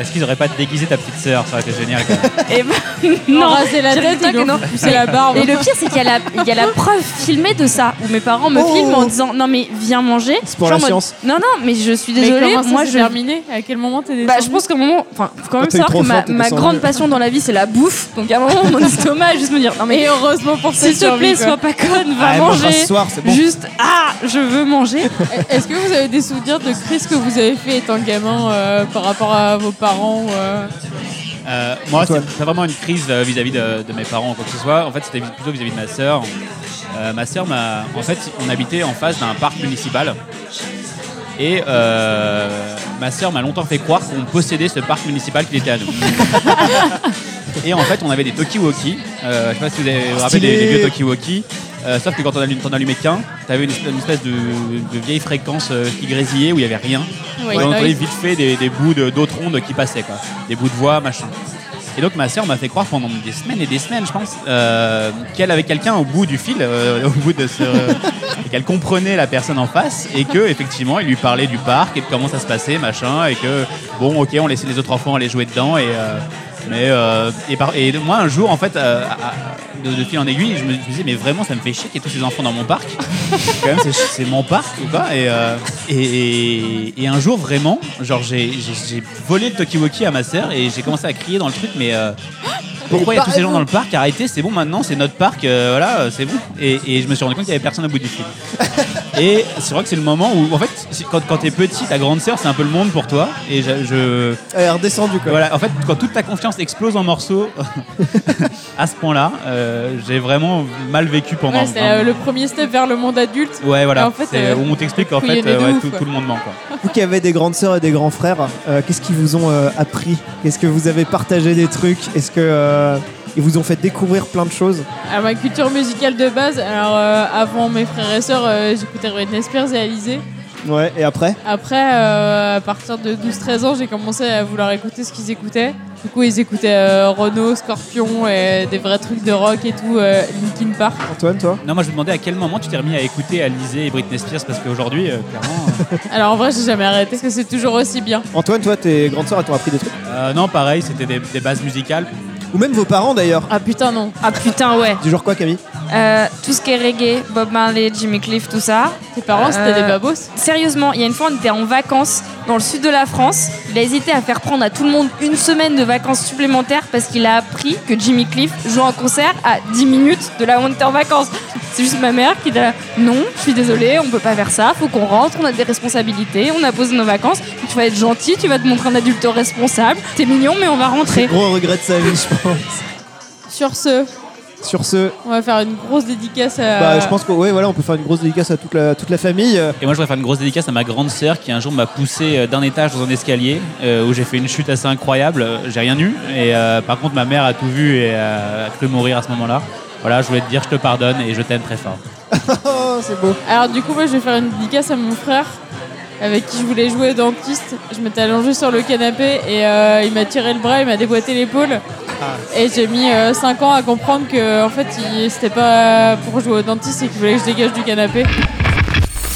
[SPEAKER 14] Est-ce qu'ils auraient pas déguisé ta petite sœur Ça aurait été génial. Quand même.
[SPEAKER 7] Et ben, non,
[SPEAKER 6] raser la
[SPEAKER 7] je
[SPEAKER 6] tête,
[SPEAKER 7] dis pas
[SPEAKER 6] ils
[SPEAKER 7] que
[SPEAKER 6] lui ont
[SPEAKER 7] non.
[SPEAKER 6] fait pousser la barbe.
[SPEAKER 7] Et le pire, c'est qu'il y, a la- il y a la preuve filmée de ça, où mes parents me
[SPEAKER 1] Oh.
[SPEAKER 7] filment en disant Non, mais viens manger.
[SPEAKER 1] C'est pour
[SPEAKER 7] Genre
[SPEAKER 1] la
[SPEAKER 7] en mode,
[SPEAKER 1] science.
[SPEAKER 7] Non, non, mais je suis
[SPEAKER 6] Mais
[SPEAKER 7] désolée.
[SPEAKER 6] comment ça
[SPEAKER 7] Moi,
[SPEAKER 6] s'est
[SPEAKER 7] je.
[SPEAKER 6] terminé À quel moment t'es
[SPEAKER 7] Bah,
[SPEAKER 6] descendue
[SPEAKER 7] je pense qu'à un moment, enfin, faut
[SPEAKER 1] Quand
[SPEAKER 7] quand même
[SPEAKER 1] Ah, t'as eu
[SPEAKER 7] savoir
[SPEAKER 1] trop
[SPEAKER 7] que ma,
[SPEAKER 1] faim, t'es
[SPEAKER 7] ma
[SPEAKER 1] descendu.
[SPEAKER 7] grande passion dans la vie, c'est la bouffe. Donc à un moment, mon estomac, juste me dire Non, mais
[SPEAKER 6] Et heureusement pour cette
[SPEAKER 7] s'il te plaît, sois pas conne, va
[SPEAKER 1] Ah, elle mangera
[SPEAKER 7] manger.
[SPEAKER 1] ce soir, c'est bon.
[SPEAKER 7] Juste, ah, je veux
[SPEAKER 6] *laughs*
[SPEAKER 7] manger.
[SPEAKER 6] E-, Est-ce que vous avez des souvenirs de crises que vous avez fait étant gamin euh, par rapport à vos parents ou, euh,
[SPEAKER 14] Euh, moi, c'est
[SPEAKER 1] Antoine.
[SPEAKER 14] pas vraiment une crise euh, vis-à-vis de, de mes parents ou quoi que ce soit. En fait, c'était plutôt vis-à-vis de ma sœur. Euh, ma sœur, m'a- en fait, on habitait en face d'un parc municipal. Et euh, ma sœur m'a longtemps fait croire qu'on possédait ce parc municipal
[SPEAKER 1] *laughs*
[SPEAKER 14] qui était à nous. et en fait, on avait des Tokiwoki. Euh, je sais pas si vous avez rappelé des, des
[SPEAKER 1] Stylé.
[SPEAKER 14] vieux Tokiwoki. Euh, sauf que quand on allum- t'en allumait qu'un, t'avais une espèce, une espèce de, de vieille fréquence euh, qui grésillait où il y avait rien.
[SPEAKER 6] ouais,
[SPEAKER 14] On
[SPEAKER 6] là,
[SPEAKER 14] entendait
[SPEAKER 6] ils-
[SPEAKER 14] vite fait des, des bouts de- d'autres ondes qui passaient, quoi. Des bouts de voix, machin. Et donc ma sœur m'a fait croire pendant des semaines et des semaines, je pense, euh, qu'elle avait quelqu'un au bout du fil, euh, *laughs* au bout de ce, et qu'elle comprenait la personne en face et que effectivement, il lui parlait du parc et de comment ça se passait, machin, et que bon, ok, on laissait les autres enfants aller jouer dedans et euh, mais euh, et, par- et moi un jour en fait euh, à- de, de fil en aiguille, je me disais mais vraiment ça me fait chier qu'il y ait tous ces enfants dans mon parc *laughs* quand même, c'est- c'est mon parc ou pas et, euh, et, et- et un jour vraiment, genre j'ai j'ai- j'ai volé le Tokiwoki à ma sœur et j'ai commencé à crier dans le truc,
[SPEAKER 1] *gasps*
[SPEAKER 14] mais euh, pourquoi il
[SPEAKER 1] Bah,
[SPEAKER 14] y a tous ces gens dans le parc Arrêtez, c'est bon maintenant, c'est notre parc, euh, voilà, euh, c'est bon. Et, et je me suis rendu compte qu'il n'y avait personne au bout
[SPEAKER 1] *laughs*
[SPEAKER 14] du fil. Et c'est vrai que c'est le moment où, en fait, c'est- quand, quand t'es petit, ta grande sœur, c'est un peu le monde pour toi. Et je- je
[SPEAKER 1] Elle est redescendue quoi.
[SPEAKER 14] voilà, en fait, quand toute ta confiance explose en morceaux, *laughs* à ce point-là, euh, j'ai vraiment mal vécu pendant.
[SPEAKER 6] Ouais, c'est
[SPEAKER 14] un-
[SPEAKER 6] euh, le premier step vers le monde adulte.
[SPEAKER 14] Ouais,
[SPEAKER 6] Et
[SPEAKER 14] voilà.
[SPEAKER 6] en fait,
[SPEAKER 14] C'est
[SPEAKER 6] euh,
[SPEAKER 14] où on t'explique qu'en fait,
[SPEAKER 6] couillonner de
[SPEAKER 14] ouais,
[SPEAKER 6] ouf,
[SPEAKER 14] tout,
[SPEAKER 6] quoi.
[SPEAKER 14] tout le monde ment. Quoi.
[SPEAKER 1] Vous qui avez des grandes sœurs et des grands frères, euh, qu'est-ce qu'ils vous ont euh, appris Est-ce que vous avez partagé des trucs Est-ce que euh, ils vous ont fait découvrir plein de choses
[SPEAKER 6] À ma culture musicale de base, alors euh, avant mes frères et sœurs, euh, j'écoutais Britney Spears et Alizé.
[SPEAKER 1] Ouais. Et après
[SPEAKER 6] Après, euh, à partir de 12-13 ans, j'ai commencé à vouloir écouter ce qu'ils écoutaient. Du coup, ils écoutaient euh, Renaud, Scorpion et des vrais trucs de rock et tout, euh, Linkin Park.
[SPEAKER 1] Antoine, toi
[SPEAKER 14] Non, moi je me demandais à quel moment tu t'es remis à écouter Alizé et Britney Spears parce qu'aujourd'hui, euh, clairement. euh,
[SPEAKER 6] Alors en vrai, j'ai jamais arrêté parce que c'est toujours aussi bien.
[SPEAKER 1] Antoine, toi, tes grandes sœurs, elles t'ont appris des trucs
[SPEAKER 14] euh, non, pareil, c'était des, des bases musicales.
[SPEAKER 1] Ou même vos parents d'ailleurs.
[SPEAKER 6] Ah putain, non.
[SPEAKER 7] Ah putain, ouais.
[SPEAKER 1] Du genre quoi, Camille
[SPEAKER 7] Euh, tout ce qui est reggae, Bob Marley, Jimmy Cliff, tout ça.
[SPEAKER 6] Tes parents, c'était
[SPEAKER 7] Euh,
[SPEAKER 6] des babos
[SPEAKER 7] Sérieusement, il y a une fois, on était en vacances dans le sud de la France. Il a hésité à faire prendre à tout le monde une semaine de vacances supplémentaires parce qu'il a appris que Jimmy Cliff joue en concert à 10 minutes de la Winter Vacances. *laughs* C'est juste ma mère qui dit non, je suis désolée, on peut pas faire ça, faut qu'on rentre, on a des responsabilités, on a posé nos vacances, tu vas être gentil, tu vas te montrer un adulte responsable, t'es mignon mais on va rentrer.
[SPEAKER 1] Gros regret de sa vie, je pense.
[SPEAKER 6] Sur ce,
[SPEAKER 1] Sur ce,
[SPEAKER 6] on va faire une grosse dédicace à.
[SPEAKER 14] euh,
[SPEAKER 1] bah, je pense que ouais, voilà, on peut faire une grosse dédicace à toute la, toute la famille. Euh,
[SPEAKER 14] Et moi, je voudrais faire une grosse dédicace à ma grande sœur qui un jour m'a poussé euh, d'un étage dans un escalier euh, où j'ai fait une chute assez incroyable. Euh, J'ai rien eu. Et euh, par contre, ma mère a tout vu et euh, a cru mourir à ce moment-là. Voilà, je voulais te dire, je te pardonne et je t'aime très fort.
[SPEAKER 1] c'est beau.
[SPEAKER 6] Alors, du coup, moi, je vais faire une dédicace à mon frère avec qui je voulais jouer dentiste. Je m'étais allongée sur le canapé et euh, il m'a tiré le bras, il m'a déboîté l'épaule. Et j'ai mis 5 ans à comprendre que en fait, il- c'était pas pour jouer au dentiste et qu'il voulait que je dégage du canapé.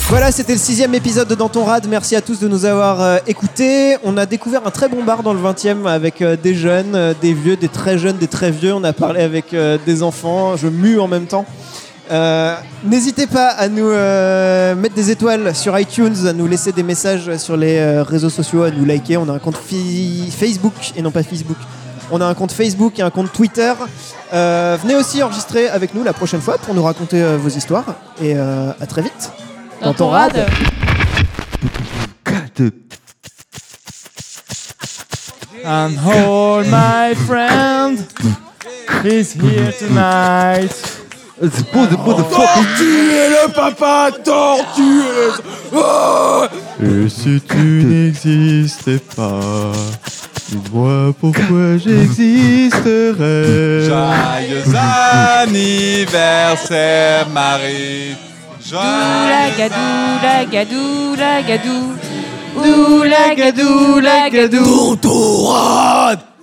[SPEAKER 1] Voilà, c'était le sixième épisode de Dans ton rad. Merci à tous de nous avoir euh, écoutés. On a découvert un très bon bar dans le 20e avec euh, des jeunes, euh, des vieux, des très jeunes, des très vieux. On a parlé avec euh, des enfants. Je mue en même temps. Euh, N'hésitez pas à nous euh, mettre des étoiles sur iTunes, à nous laisser des messages sur les euh, réseaux sociaux, à nous liker. On a un compte fi- Facebook et non pas Facebook. On a un compte Facebook et un compte Twitter. Euh, venez aussi enregistrer avec nous la prochaine fois pour nous raconter euh, vos histoires. Et euh, à très vite
[SPEAKER 6] Dans ton rad.
[SPEAKER 15] And hold my friend. He's here tonight.
[SPEAKER 16] Tortuez le papa, tortuez Ah
[SPEAKER 8] Et si tu n'existais pas, dis-moi pourquoi j'existerais.
[SPEAKER 16] Joyeux anniversaire, Marie. Joyeux
[SPEAKER 7] Gadou, la gadou, la gadou. Dou, la gadou, la gadou.
[SPEAKER 16] Tourade